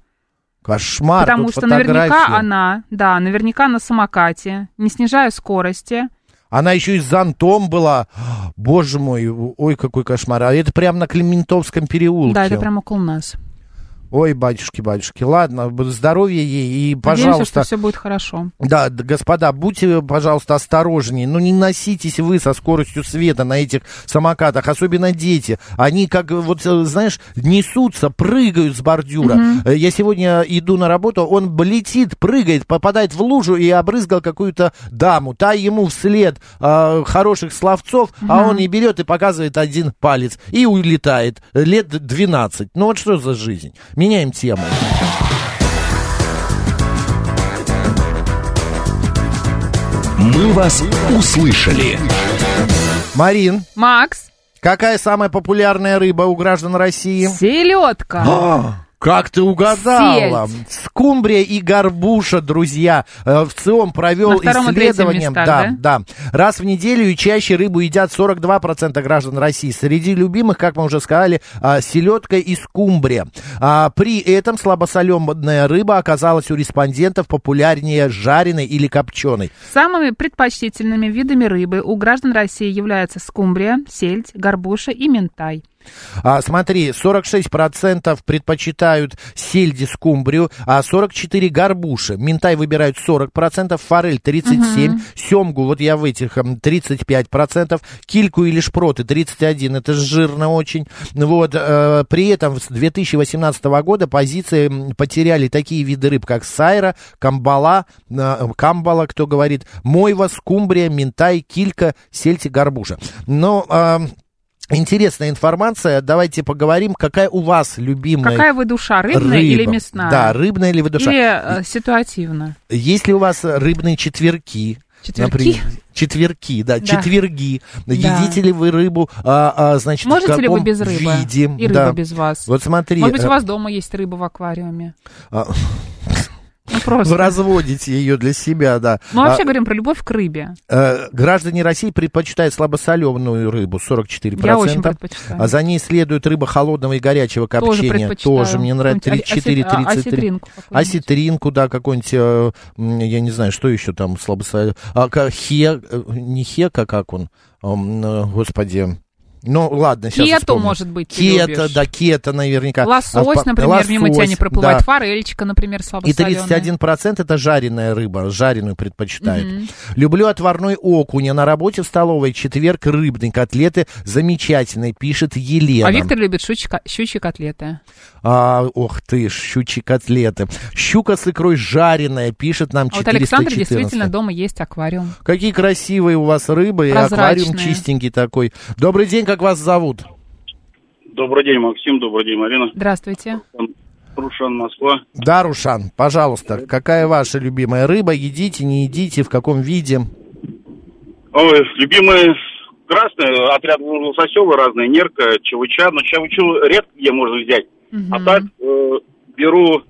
S1: Кошмар,
S2: потому
S1: тут
S2: что
S1: фотографии.
S2: наверняка она, да, наверняка на самокате, не снижая скорости.
S1: Она еще и с зонтом была. Боже мой, ой, какой кошмар. А это прямо на Клементовском переулке.
S2: Да, это прям около нас.
S1: Ой, батюшки, батюшки. Ладно, б- здоровья ей и,
S2: Надеемся,
S1: пожалуйста,
S2: что все будет хорошо.
S1: да, д- господа, будьте, пожалуйста, осторожнее. Ну, не носитесь вы со скоростью света на этих самокатах, особенно дети. Они как, э, вот, э, знаешь, несутся, прыгают с бордюра. Э, Я сегодня иду на работу, он б- летит, прыгает, попадает в лужу и обрызгал какую-то даму. Та ему вслед э, хороших словцов, а он и берет и показывает один палец. И улетает. Лет 12. Ну, вот что за жизнь? Меняем тему.
S3: «Мы вас услышали».
S1: Марин,
S2: Макс,
S1: какая самая популярная рыба у граждан России?
S2: селедка.
S1: А. Как ты угадала?
S2: Сельдь.
S1: Скумбрия и горбуша, друзья. Э, В ЦИОМ
S2: На
S1: провел
S2: втором и третьем
S1: исследование.
S2: местах,
S1: да, да. Раз в неделю и чаще рыбу едят 42% граждан России. Среди любимых, как мы уже сказали, а, селедка и скумбрия. А, При этом слабосоленая рыба оказалась у респондентов популярнее жареной или копченой.
S2: Самыми предпочтительными видами рыбы у граждан России являются скумбрия, сельдь, горбуша и ментай.
S1: А, смотри, 46% предпочитают сельди скумбрию, а 44% горбуши. Минтай выбирают 40%, форель 37%, семгу, вот я в этих, эм, м, 35%, кильку или шпроты 31%, это жирно очень. Вот, э, при этом с 2018 года позиции м, потеряли такие виды рыб, как сайра, камбала, э, камбала, кто говорит, мойва, скумбрия, минтай, килька, сельдь и горбуша. Но... эм, Интересная информация. Давайте поговорим, какая у вас любимая
S2: Какая вы душа, рыбная
S1: рыба?
S2: или мясная?
S1: Да, рыбная или выдуша.
S2: Или э, ситуативно.
S1: Есть ли у вас рыбные четверки?
S2: Четверки?
S1: четверки, да,
S2: Да.
S1: четверги.
S2: Да.
S1: Едите ли вы рыбу, а, а, значит, в
S2: Можете ли вы
S1: каком
S2: без рыбы?
S1: виде?
S2: И рыба
S1: Да.
S2: без вас.
S1: Вот смотри,
S2: Может быть,
S1: э,
S2: у вас дома есть рыба в аквариуме?
S1: а, <laughs>
S2: Ну, просто.
S1: вы разводите ее для себя, да.
S2: Мы
S1: А,
S2: Ну, вообще говорим про любовь к рыбе.
S1: э, граждане России предпочитают слабосоленую рыбу, 44%.
S2: Я очень предпочитаю.
S1: А за ней следует рыба холодного и горячего копчения.
S2: предпочитаю.
S1: мне нравится.
S2: Какую-нибудь оси-
S1: 34,
S2: а,
S1: 33.
S2: осетринку какую-нибудь.
S1: Осетринку, да, какой-нибудь, э, м, я не знаю, что еще там слабосоле. А, ка- хе, э, не хека, как он, Ам, э, господи. Ну, ладно, сейчас
S2: Кету,
S1: вспомню.
S2: может быть, ты
S1: Кета,
S2: любишь.
S1: да, кета наверняка.
S2: Лосось,
S1: А, по-
S2: например, мимо тебя
S1: лосось,
S2: не проплывает.
S1: да.
S2: Форельчика, например,
S1: И
S2: слабосоленая.
S1: 31% это жареная рыба, жареную предпочитает. Люблю отварной окуня. На работе в столовой четверг рыбные котлеты замечательные, пишет Елена.
S2: А Виктор любит щучка, щучьи котлеты.
S1: А, ох ты, ж, щучьи котлеты. Щука с икрой жареная, пишет нам
S2: А вот Александр
S1: 414.
S2: действительно дома есть аквариум.
S1: Какие красивые у вас рыбы, и
S2: Прозрачные.
S1: аквариум чистенький такой. Добрый день, как вас зовут?
S5: Добрый день, Максим, добрый день, Марина.
S2: Здравствуйте.
S5: Рушан, Москва.
S1: Да, Рушан, пожалуйста, какая ваша любимая рыба? Едите, не едите, в каком виде? «Ну,
S5: Ой, любимые красные, отряд лососевый разные, нерка, чавыча. Но чавычу редко где можно взять. А так э, беру,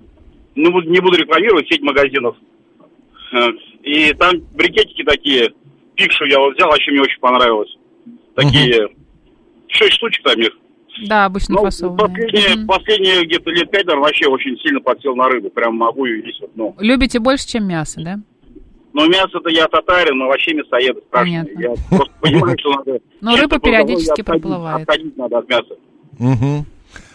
S5: ну вот не буду рекламировать, сеть магазинов. Э, И там брикетики такие, пикшу я вот взял, вообще мне очень понравилось. Такие, шесть штучек там их.
S2: Да, обычно
S5: Ну,
S2: фасованные.
S5: последние,
S2: Мгм.
S5: последние где-то лет пять, наверное, вообще очень сильно подсел на рыбу. Прям могу и весь вот, ну.
S2: Любите больше, чем мясо, да?
S5: Но мясо-то я татарин, но вообще мясоед страшный.
S2: Понятно.
S5: Я просто понимаю, что надо...
S2: <laughs> Но рыба
S5: чисто
S2: периодически
S5: по здоровью
S2: проплывает.
S5: Отходить надо от мяса.
S1: Мгм.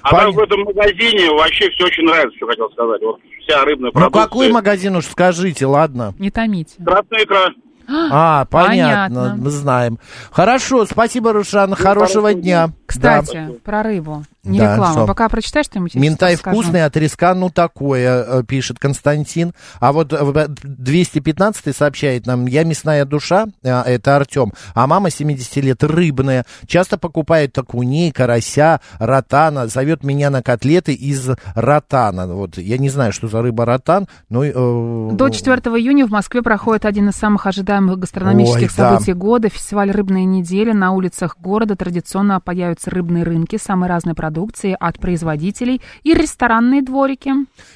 S5: А
S1: Понятно.
S5: там в этом магазине вообще все очень нравится, что хотел сказать. Вот вся рыбная
S1: Ну
S5: продукция.
S1: какой магазин уж скажите, ладно?
S2: Не томите.
S5: Красная икра.
S2: <laughs>
S1: А, понятно,
S2: понятно.
S1: мы знаем. Хорошо, спасибо, Рушан, Ну, хорошего
S5: хорошо,
S1: дня. Да.
S2: Кстати, про рыбу. Не
S1: Да,
S2: реклама.
S1: что?
S2: Пока прочитаешь что-нибудь, я
S1: Минтай
S2: расскажу.
S1: вкусный, а треска, ну, такое, э, пишет Константин. А вот 215 сообщает нам, я мясная душа, э, это Артем, а мама 70 лет рыбная. Часто покупает окуней, карася, ротана, зовет меня на котлеты из ротана. Вот, я не знаю, что за рыба ротан, но... э,
S2: До 4 июня в Москве проходит один из самых ожидаемых гастрономических
S1: Ой, да.
S2: событий года. Фестиваль «Рыбные недели». На улицах города традиционно появятся рыбные рынки самой разной продукции от производителей и ресторанные дворики.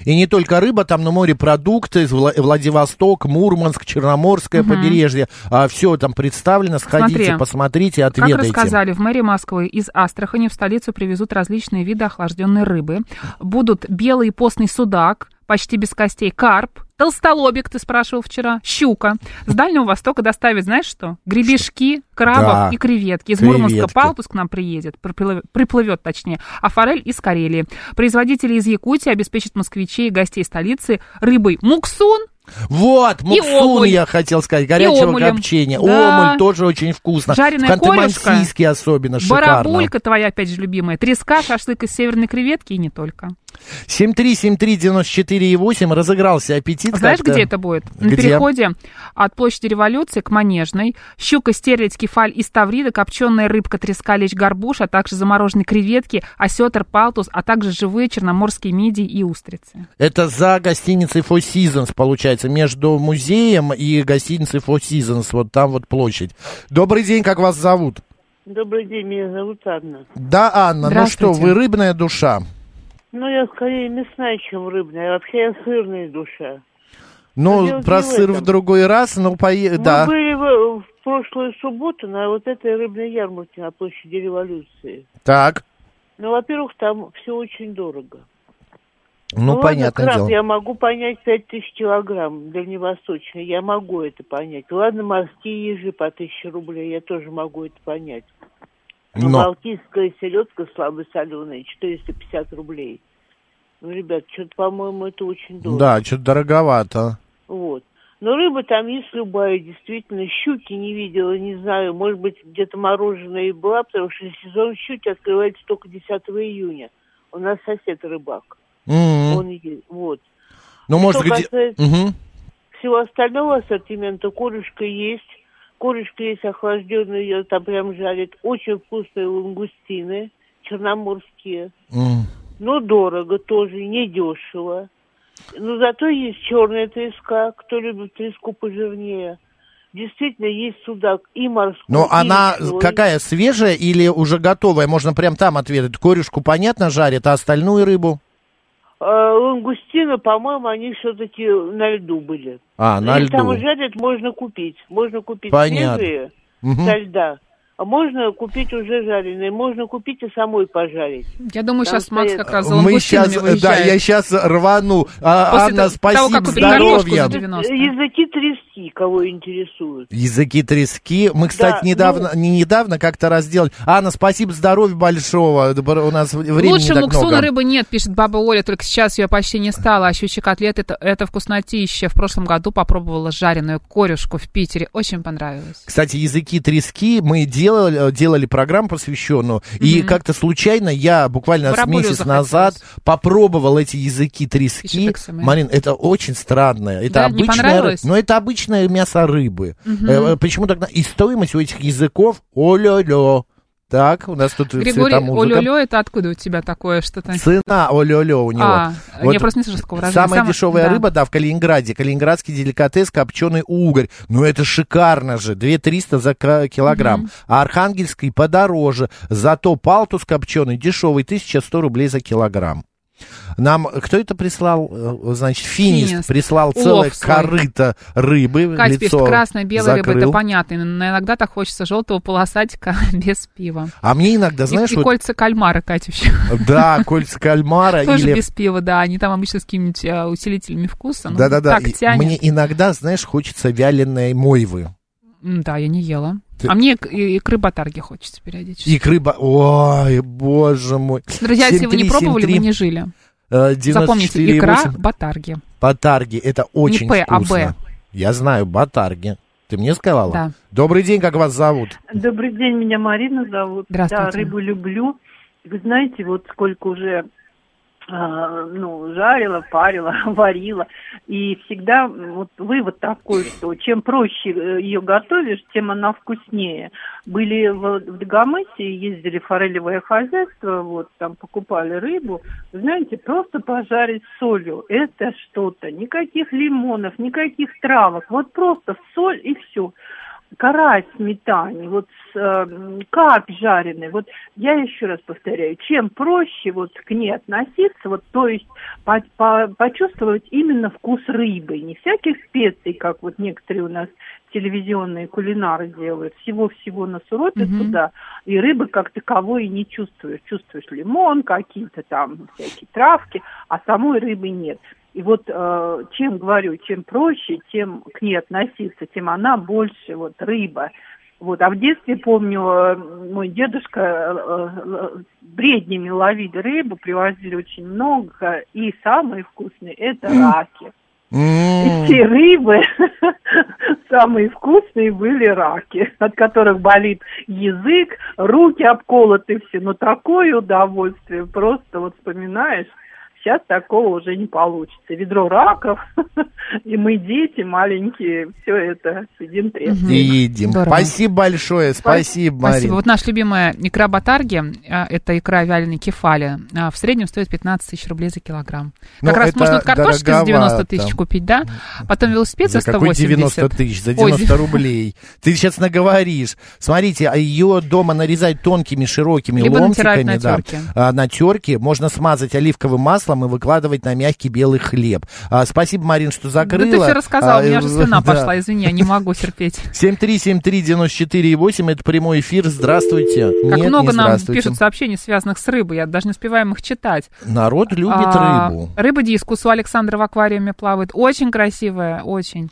S1: И не только рыба, там на море продукты, Вла- Владивосток, Мурманск, Черноморское побережье. все там представлено, сходите,
S2: Смотри,
S1: посмотрите,
S2: Как
S1: отведайте.
S2: рассказали, в мэрии Москвы из Астрахани в столицу привезут различные виды охлажденной рыбы. Будут белый постный судак, почти без костей, карп, Толстолобик, ты спрашивал вчера. Щука. С Дальнего Востока доставит, знаешь что? Гребешки, крабов
S1: Да.
S2: и креветки. Из
S1: Креветки.
S2: Мурманска Палтус к нам приедет, приплывет, приплывет точнее, а форель из Карелии. Производители из Якутии обеспечат москвичей и гостей столицы рыбой муксун,
S1: Вот, муксун
S2: омуль.
S1: я хотел сказать, горячего
S2: омулем.
S1: копчения.
S2: Да.
S1: Омуль тоже очень вкусно.
S2: Жареная
S1: В
S2: корюшка.
S1: Ханты-Мансийске особенно шикарно.
S2: барабулька твоя, опять же, любимая, треска, шашлык из северной креветки и не только.
S1: 7373948 разыгрался аппетит.
S2: А Знаешь,
S1: как-то.
S2: где это будет? На
S1: Где?
S2: переходе от площади Революции к Манежной. Щука, стерлядь, кефаль из Таврида, копченая рыбка, треска, лещ, горбуш, а также замороженные креветки, осетр, палтус, а также живые черноморские мидии и устрицы.
S1: Это за гостиницей Four Seasons, получается, между музеем и гостиницей Four Seasons, вот там вот площадь. Добрый день, как вас зовут?
S6: Добрый день, меня зовут Анна.
S1: Да, Анна, ну что,
S2: Здравствуйте.
S1: вы рыбная душа.
S6: Ну, я скорее мясная, чем рыбная. а Вообще я сырная душа.
S1: Ну,
S6: дело
S1: про
S6: не в
S1: сыр в
S6: этом.
S1: другой раз, ну, пое... да.
S6: Мы были в, в прошлую субботу на вот этой рыбной ярмарке на площади Революции.
S1: Так,
S6: Ну, во-первых, там все очень дорого.
S1: ну,
S6: ладно,
S1: понятное
S6: краб
S1: дело.
S6: я могу понять пять тысяч килограмм дальневосточный, я могу это понять. Ладно, морские ежи по тысяче рублей, я тоже могу это понять. Но.
S1: Но.
S6: Балтийская селедка слабосоленая, 450 рублей. Ну, ребят, что-то, по-моему, это очень дорого.
S1: Да, что-то дороговато.
S6: Вот. Но рыба там есть любая, действительно. Щуки не видела, не знаю. Может быть, где-то мороженое и была, потому что сезон щуки открывается только 10 июня. У нас сосед рыбак.
S1: М,
S6: Он е- вот.
S1: М-м-м. Ну, может,
S6: Что
S1: где...
S6: касается
S1: Мгм.
S6: всего остального ассортимента, корюшка есть. Корюшка есть охлажденная, ее там прям жарят. Очень вкусные лангустины, черноморские.
S1: М.
S6: Ну, дорого тоже, недешево. Но зато есть черная треска, кто любит треску пожирнее. Действительно, есть судак и морской,
S1: Ну,
S6: и
S1: она
S6: речной.
S1: какая, свежая или уже готовая? Можно прям там ответить. Корюшку, понятно, жарит, а остальную рыбу?
S6: Э, лангустины, по-моему, они все-таки на льду были.
S1: А, на
S6: Их Ну, там
S1: льду.
S6: жарят, можно купить. Можно купить
S1: Понятно.
S6: свежие,
S1: Мгм.
S6: со льда. А можно купить уже жареные, можно купить и самой пожарить.
S2: Я думаю,
S6: Там
S2: сейчас Макс
S6: стоит- А,
S2: как раз за
S1: Мы сейчас,
S2: лангустинами
S1: да,
S2: выезжает.
S1: я сейчас рвану. А,
S2: После
S1: Анна,
S2: того, как
S1: спасибо,
S2: купим картошку
S1: здоровья.
S2: за 90.
S6: Языки трески, кого интересуют.
S1: Языки трески. Мы, кстати,
S6: ну-
S1: недавно, не недавно как-то раз делали. Анна, спасибо, здоровья большого. Добро- У нас в- времени не
S2: Лучше
S1: так
S2: муксуна
S1: много.
S2: рыбы нет, пишет баба Оля, только сейчас ее почти не стало, а щучьи котлеты это, это вкуснотища. В прошлом году попробовала жареную корюшку в Питере, очень понравилось.
S1: Кстати, языки трески мы делали, делали программу посвященную, и как-то случайно я буквально с
S2: Барабулю
S1: месяц
S2: захотелось.
S1: назад попробовал эти языки трески.
S2: Пишет XML.
S1: Марин, это очень странно. Это
S2: Да, не
S1: обычное,
S2: понравилось?
S1: но это обычное мясо рыбы. Э, Почему так? на- И стоимость у этих языков о Так, у нас тут
S2: Григорий,
S1: цветомузыка.
S2: олё это откуда у тебя такое что-то?
S1: Цена о у него.
S2: А,
S1: Вот
S2: я просто не слышу такого выражения.
S1: Самая дешевая
S2: да.
S1: рыба, да, в Калининграде. Калининградский деликатес, копченый угорь. Ну, это шикарно же. 2300 за ка- килограмм. А Архангельский подороже. Зато палтус копченый дешевый. 1100 рублей за килограмм. Нам, кто это прислал? Э, Значит, финист,
S2: Финист.
S1: прислал
S2: Улов
S1: целое
S2: свой.
S1: корыто рыбы.
S2: Кать
S1: лицо
S2: пишет, красная, белая рыба, это
S1: закрыл.
S2: понятно. Но иногда так хочется желтого полосатика <laughs> без пива.
S1: А мне иногда,
S2: И-
S1: знаешь,
S2: и,
S1: вот,
S2: кольца кальмара, Катя,
S1: <laughs>
S2: еще.
S1: да, кольца кальмара
S2: <laughs> Тоже
S1: или
S2: без пива, да. Они там обычно с какими-нибудь а, усилителями вкуса. ну,
S1: Да-да-да,
S2: Так
S1: и
S2: тянет.
S1: мне иногда, знаешь, хочется вяленой мойвы.
S2: М, Да, я не ела.
S1: Ты-
S2: А мне и- и- икры батарги хочется периодически.
S1: Икры, ба- ой, боже мой.
S2: Друзья, если вы не
S1: 7373,
S2: пробовали, вы не жили.
S1: э,
S2: Запомните,
S1: 94,8.
S2: икра батарги.
S1: Батарги, это очень
S2: П, а
S1: вкусно.
S2: Б.
S1: Я знаю, батарги. Ты мне сказала?
S2: Да.
S1: Добрый день, как вас зовут?
S6: Добрый день, меня Марина зовут.
S2: Здравствуйте.
S6: Да, рыбу люблю. Вы знаете, вот сколько уже а, ну, жарила, парила, <laughs> варила. И всегда м, вот вывод такой, что чем проще э, ее готовишь, тем она вкуснее. Были в, в Дагомысе, ездили в форелевое хозяйство, вот там покупали рыбу. Вы Знаете, просто пожарить с солью, это что-то. Никаких лимонов, никаких травок. Вот просто в соль и все карась в сметане, вот с, э, м, карп жареный. Вот я еще раз повторяю, чем проще вот к ней относиться, вот то есть по- по- почувствовать именно вкус рыбы, не всяких специй, как вот некоторые у нас телевизионные кулинары делают, всего-всего насуропят
S2: Мгм.
S6: туда, и рыбы как таковой и не чувствуешь. Чувствуешь лимон, какие-то там всякие травки, а самой рыбы нет. И вот э, чем, говорю, чем проще, тем к ней относиться, тем она больше, вот, рыба. Вот, а в детстве, помню, э, мой дедушка э, э, бреднями ловили рыбу, привозили очень много, и самые вкусные – это раки. И
S1: М-м.
S6: все рыбы <laughs> самые вкусные были раки, от которых болит язык, руки обколоты все. Но такое удовольствие, просто вот вспоминаешь, сейчас такого уже не получится. Ведро раков, <laughs> и мы дети маленькие, все это сидим трезвым.
S1: И едим.
S2: Здорово.
S1: Спасибо большое, спасибо,
S2: Спасибо.
S1: Марина.
S2: Вот наша любимая икра батарги, а, это икра вяленой кефали, а, в среднем стоит 15 тысяч рублей за килограмм.
S1: Ну,
S2: Как раз
S1: это
S2: можно вот картошки за 90
S1: дороговато.
S2: тысяч купить, да? Потом велосипед за
S1: За какой
S2: 180.
S1: 90 тысяч? За
S2: Ой,
S1: 90 рублей. Ты сейчас наговоришь. Смотрите, а ее дома нарезать тонкими, широкими
S2: Либо натирать
S1: ломтиками.
S2: на
S1: да.
S2: терке.
S1: А, на терке можно смазать оливковым маслом и выкладывать на мягкий белый хлеб. А, спасибо, Марин, что
S2: Да
S1: закрыла.
S2: ты все рассказал,
S1: А,
S2: у меня же
S1: э,
S2: слюна
S1: <laughs> да.
S2: пошла, извини, я не могу терпеть.
S1: 7373948, это прямой эфир. Здравствуйте.
S2: Как
S1: Нет,
S2: много
S1: не
S2: нам
S1: здравствуйте.
S2: пишут сообщений, связанных с рыбой, я даже не успеваем их читать.
S1: Народ любит
S2: А,
S1: рыбу.
S2: Рыба-дискус у Александра в аквариуме плавает. Очень красивая, очень.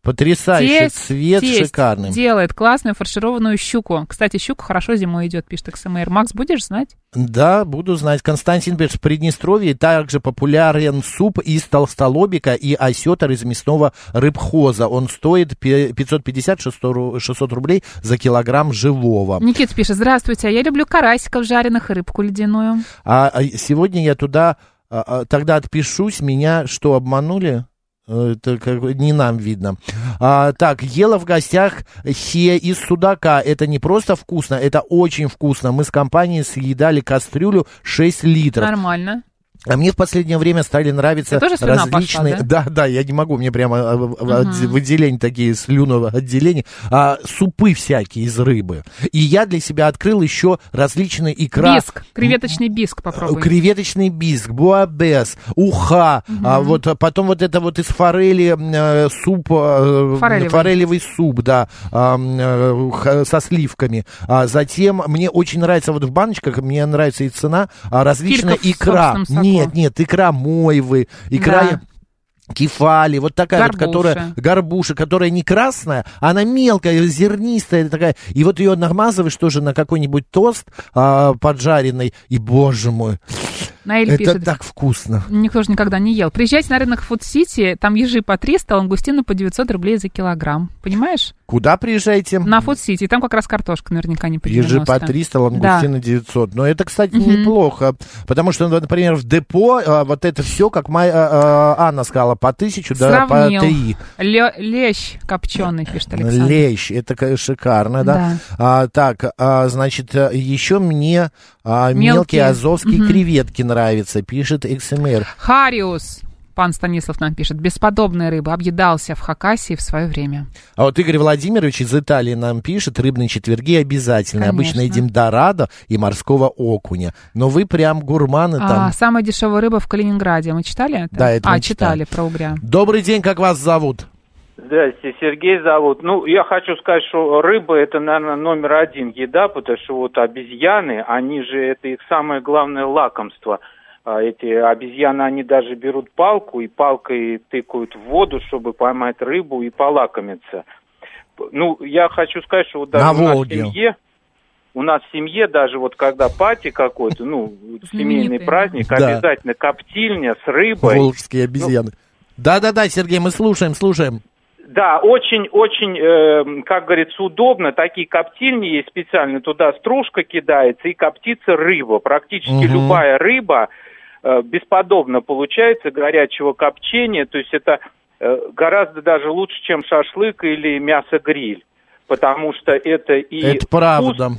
S1: Потрясающий
S2: Тесть-
S1: цвет
S2: тесть
S1: шикарный.
S2: делает классную фаршированную щуку. Кстати, щука хорошо зимой идет, пишет XMR. Макс, будешь знать?
S1: Да, буду знать. Константин пишет, в Приднестровье также популярен суп из толстолобика и осетр из мясного рыбхоза. Он стоит 550-600 рублей за килограмм живого.
S2: Никита пишет, здравствуйте, а я люблю карасиков жареных и рыбку ледяную.
S1: А а сегодня я туда, а, а, тогда отпишусь, меня что, обманули? Э, Это как бы не нам видно. А, так, ела в гостях хе из судака. Это не просто вкусно, это очень вкусно. Мы с компанией съедали кастрюлю 6 литров.
S2: Нормально.
S1: А мне в последнее время стали нравиться
S2: Ты тоже слюна
S1: различные...
S2: пошла,
S1: да? да, я не могу, мне прямо а, в- в- отде- выделения такие, слюного отделения, а, супы всякие из рыбы. И я для себя открыл еще различные икра...
S2: Биск, креветочный биск попробуй.
S1: Креветочный биск, буабес, уха, а вот а потом вот это вот из форели м, э, суп, э,
S2: Форелевый.
S1: форелевый суп, да, а, м, э, х- со сливками. А затем мне очень нравится вот в баночках, мне нравится и цена, а различная
S2: Килька в
S1: икра.
S2: собственном соку.
S1: Нет, нет, икра мойвы, икра
S2: Да.
S1: кефали, вот такая
S2: Горбуша.
S1: вот, которая горбуша, которая не красная, а она мелкая, зернистая такая. И вот ее намазываешь тоже на какой-нибудь тост а, поджаренный. И, боже мой,
S2: Наэль
S1: это
S2: пишет,
S1: так вкусно.
S2: никто же никогда не ел. Приезжайте на рынок Фуд-Сити, там ежи по 300, лангустины по 900 рублей за килограмм. Понимаешь?
S1: Куда приезжаете?
S2: На Фуд-Сити, там как раз картошка наверняка не по
S1: Ежи по
S2: 90.
S1: 300, лангустины 900. Но это, кстати, неплохо. Потому что, ну, например, в депо а, вот это все, как Май- а, а, Анна сказала, по 1000 да, по
S2: Сравнил.
S1: 3.
S2: Ле- лещ копченый, пишет Александр.
S1: Лещ, это конечно, шикарно, да?
S2: Да.
S1: А, так, а, значит, еще мне а, мелкие.
S2: Мелкие.
S1: азовские креветки нравятся, пишет XMR.
S2: Хариус, пан Станислав нам пишет, бесподобная рыба, объедался в Хакасии в свое время.
S1: А вот Игорь Владимирович из Италии нам пишет, рыбные четверги обязательно. Обычно
S2: Конечно.
S1: едим дорадо и морского окуня. Но вы прям гурманы
S2: А,
S1: Ну, там.
S2: самая дешевая рыба в Калининграде. Мы читали это?
S1: Да, это
S2: А,
S1: мы
S2: читали про угря.
S1: Добрый день, как вас зовут?
S7: Здравствуйте, Сергей зовут. Ну, я хочу сказать, что рыба это, наверное, номер один еда, потому что вот обезьяны, они же это их самое главное лакомство. А Эти обезьяны, они даже берут палку и палкой тыкают в воду, чтобы поймать рыбу и полакомиться. Ну, я хочу сказать, что вот даже
S1: На
S7: у нас в
S1: Волге.
S7: семье, у нас в семье даже вот когда пати какой-то, ну, семейный
S2: Знаменитый.
S7: праздник,
S1: Да.
S7: обязательно коптильня с рыбой.
S1: Волжские обезьяны. Да-да-да, Сергей, мы слушаем, слушаем.
S7: Да, очень-очень, эм, как говорится, удобно. Такие коптильни есть специально, туда стружка кидается и коптится рыба. Практически
S1: Мгм.
S7: любая рыба э, бесподобно получается горячего копчения. То есть это э, гораздо даже лучше, чем шашлык или мясо-гриль. Потому что это и,
S1: это
S7: вкус,
S1: правда.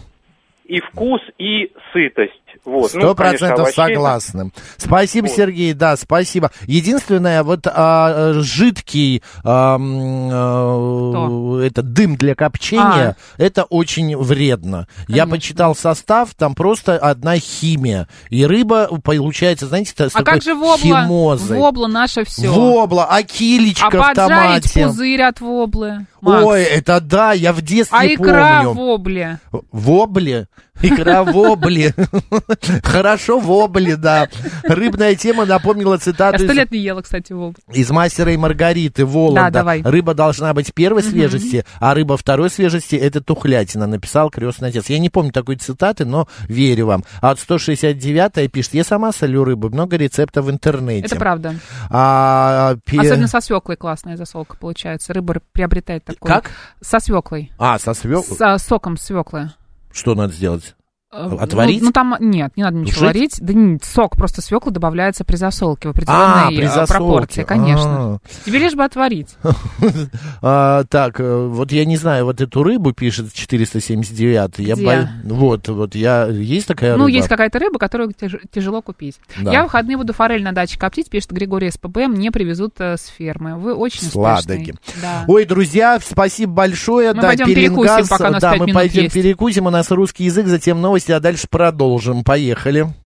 S7: и вкус, и сытость. Вот. Ну,
S6: Ну,
S1: Сто процентов
S7: согласен.
S1: согласны. Спасибо,
S7: Вот.
S1: Сергей, да, спасибо. Единственное, вот а, э, жидкий а, м, э, это дым для копчения,
S2: А.
S1: это очень вредно. Я
S2: Конечно.
S1: почитал состав, там просто одна химия. И рыба получается, знаете, с
S2: А
S1: такой
S2: как же вобла?
S1: химозой.
S2: Вобла наше все.
S1: Вобла,
S2: а
S1: акилечка в
S2: поджарить
S1: томате.
S2: пузырь от воблы. Макс.
S1: Ой, это да, я в детстве
S2: а икра
S1: помню.
S2: вобле.
S1: Вобли? <laughs> Икра вобли. Хорошо вобли, да. Рыбная тема напомнила
S2: Я
S1: цитату
S2: сто
S1: из-
S2: А лет не ела, кстати, вобл.
S1: из «Мастера и Маргариты» Воланда.
S2: Да, давай.
S1: Рыба должна быть первой
S2: Мгм.
S1: свежести, а рыба второй свежести – это тухлятина, написал крестный отец. Я не помню такой цитаты, но верю вам. А вот 169 пишет, я сама солю рыбу, много рецептов в интернете.
S2: Это правда.
S1: А, пе-
S2: Особенно со свеклой классная засолка получается. Рыба р- приобретает такой.
S1: Как?
S2: Со свеклой.
S1: А, со свек...
S2: С а, соком свеклы.
S1: Что надо сделать?
S2: Э,
S1: Отварить?
S2: Ну, ну, там нет, не надо ничего
S1: Тушить?
S2: варить. Да нет, сок просто свекла добавляется при засолке в
S1: А,
S2: определенной
S1: при
S2: э,
S1: засолке.
S2: пропорции, конечно.
S1: А.
S2: Тебе лишь бы отварить.
S1: А, так, э, вот я не знаю, вот эту рыбу пишет 479. Я
S2: Где?
S1: бо- Вот, вот я... Есть такая
S2: Ну,
S1: рыба?
S2: есть какая-то рыба, которую тяж- тяжело купить.
S1: Да.
S2: Я в выходные буду форель на даче коптить, пишет Григорий СПБ, мне привезут э, с фермы. Вы очень
S1: с Ладоги.
S2: успешный. Да.
S1: Ой, друзья, спасибо большое.
S2: Мы
S1: да,
S2: пойдем
S1: Пеленгас,
S2: перекусим, пока у нас
S1: да,
S2: пять
S1: мы
S2: минут
S1: пойдем
S2: есть.
S1: перекусим. У нас русский язык, затем новости, а дальше продолжим. Поехали.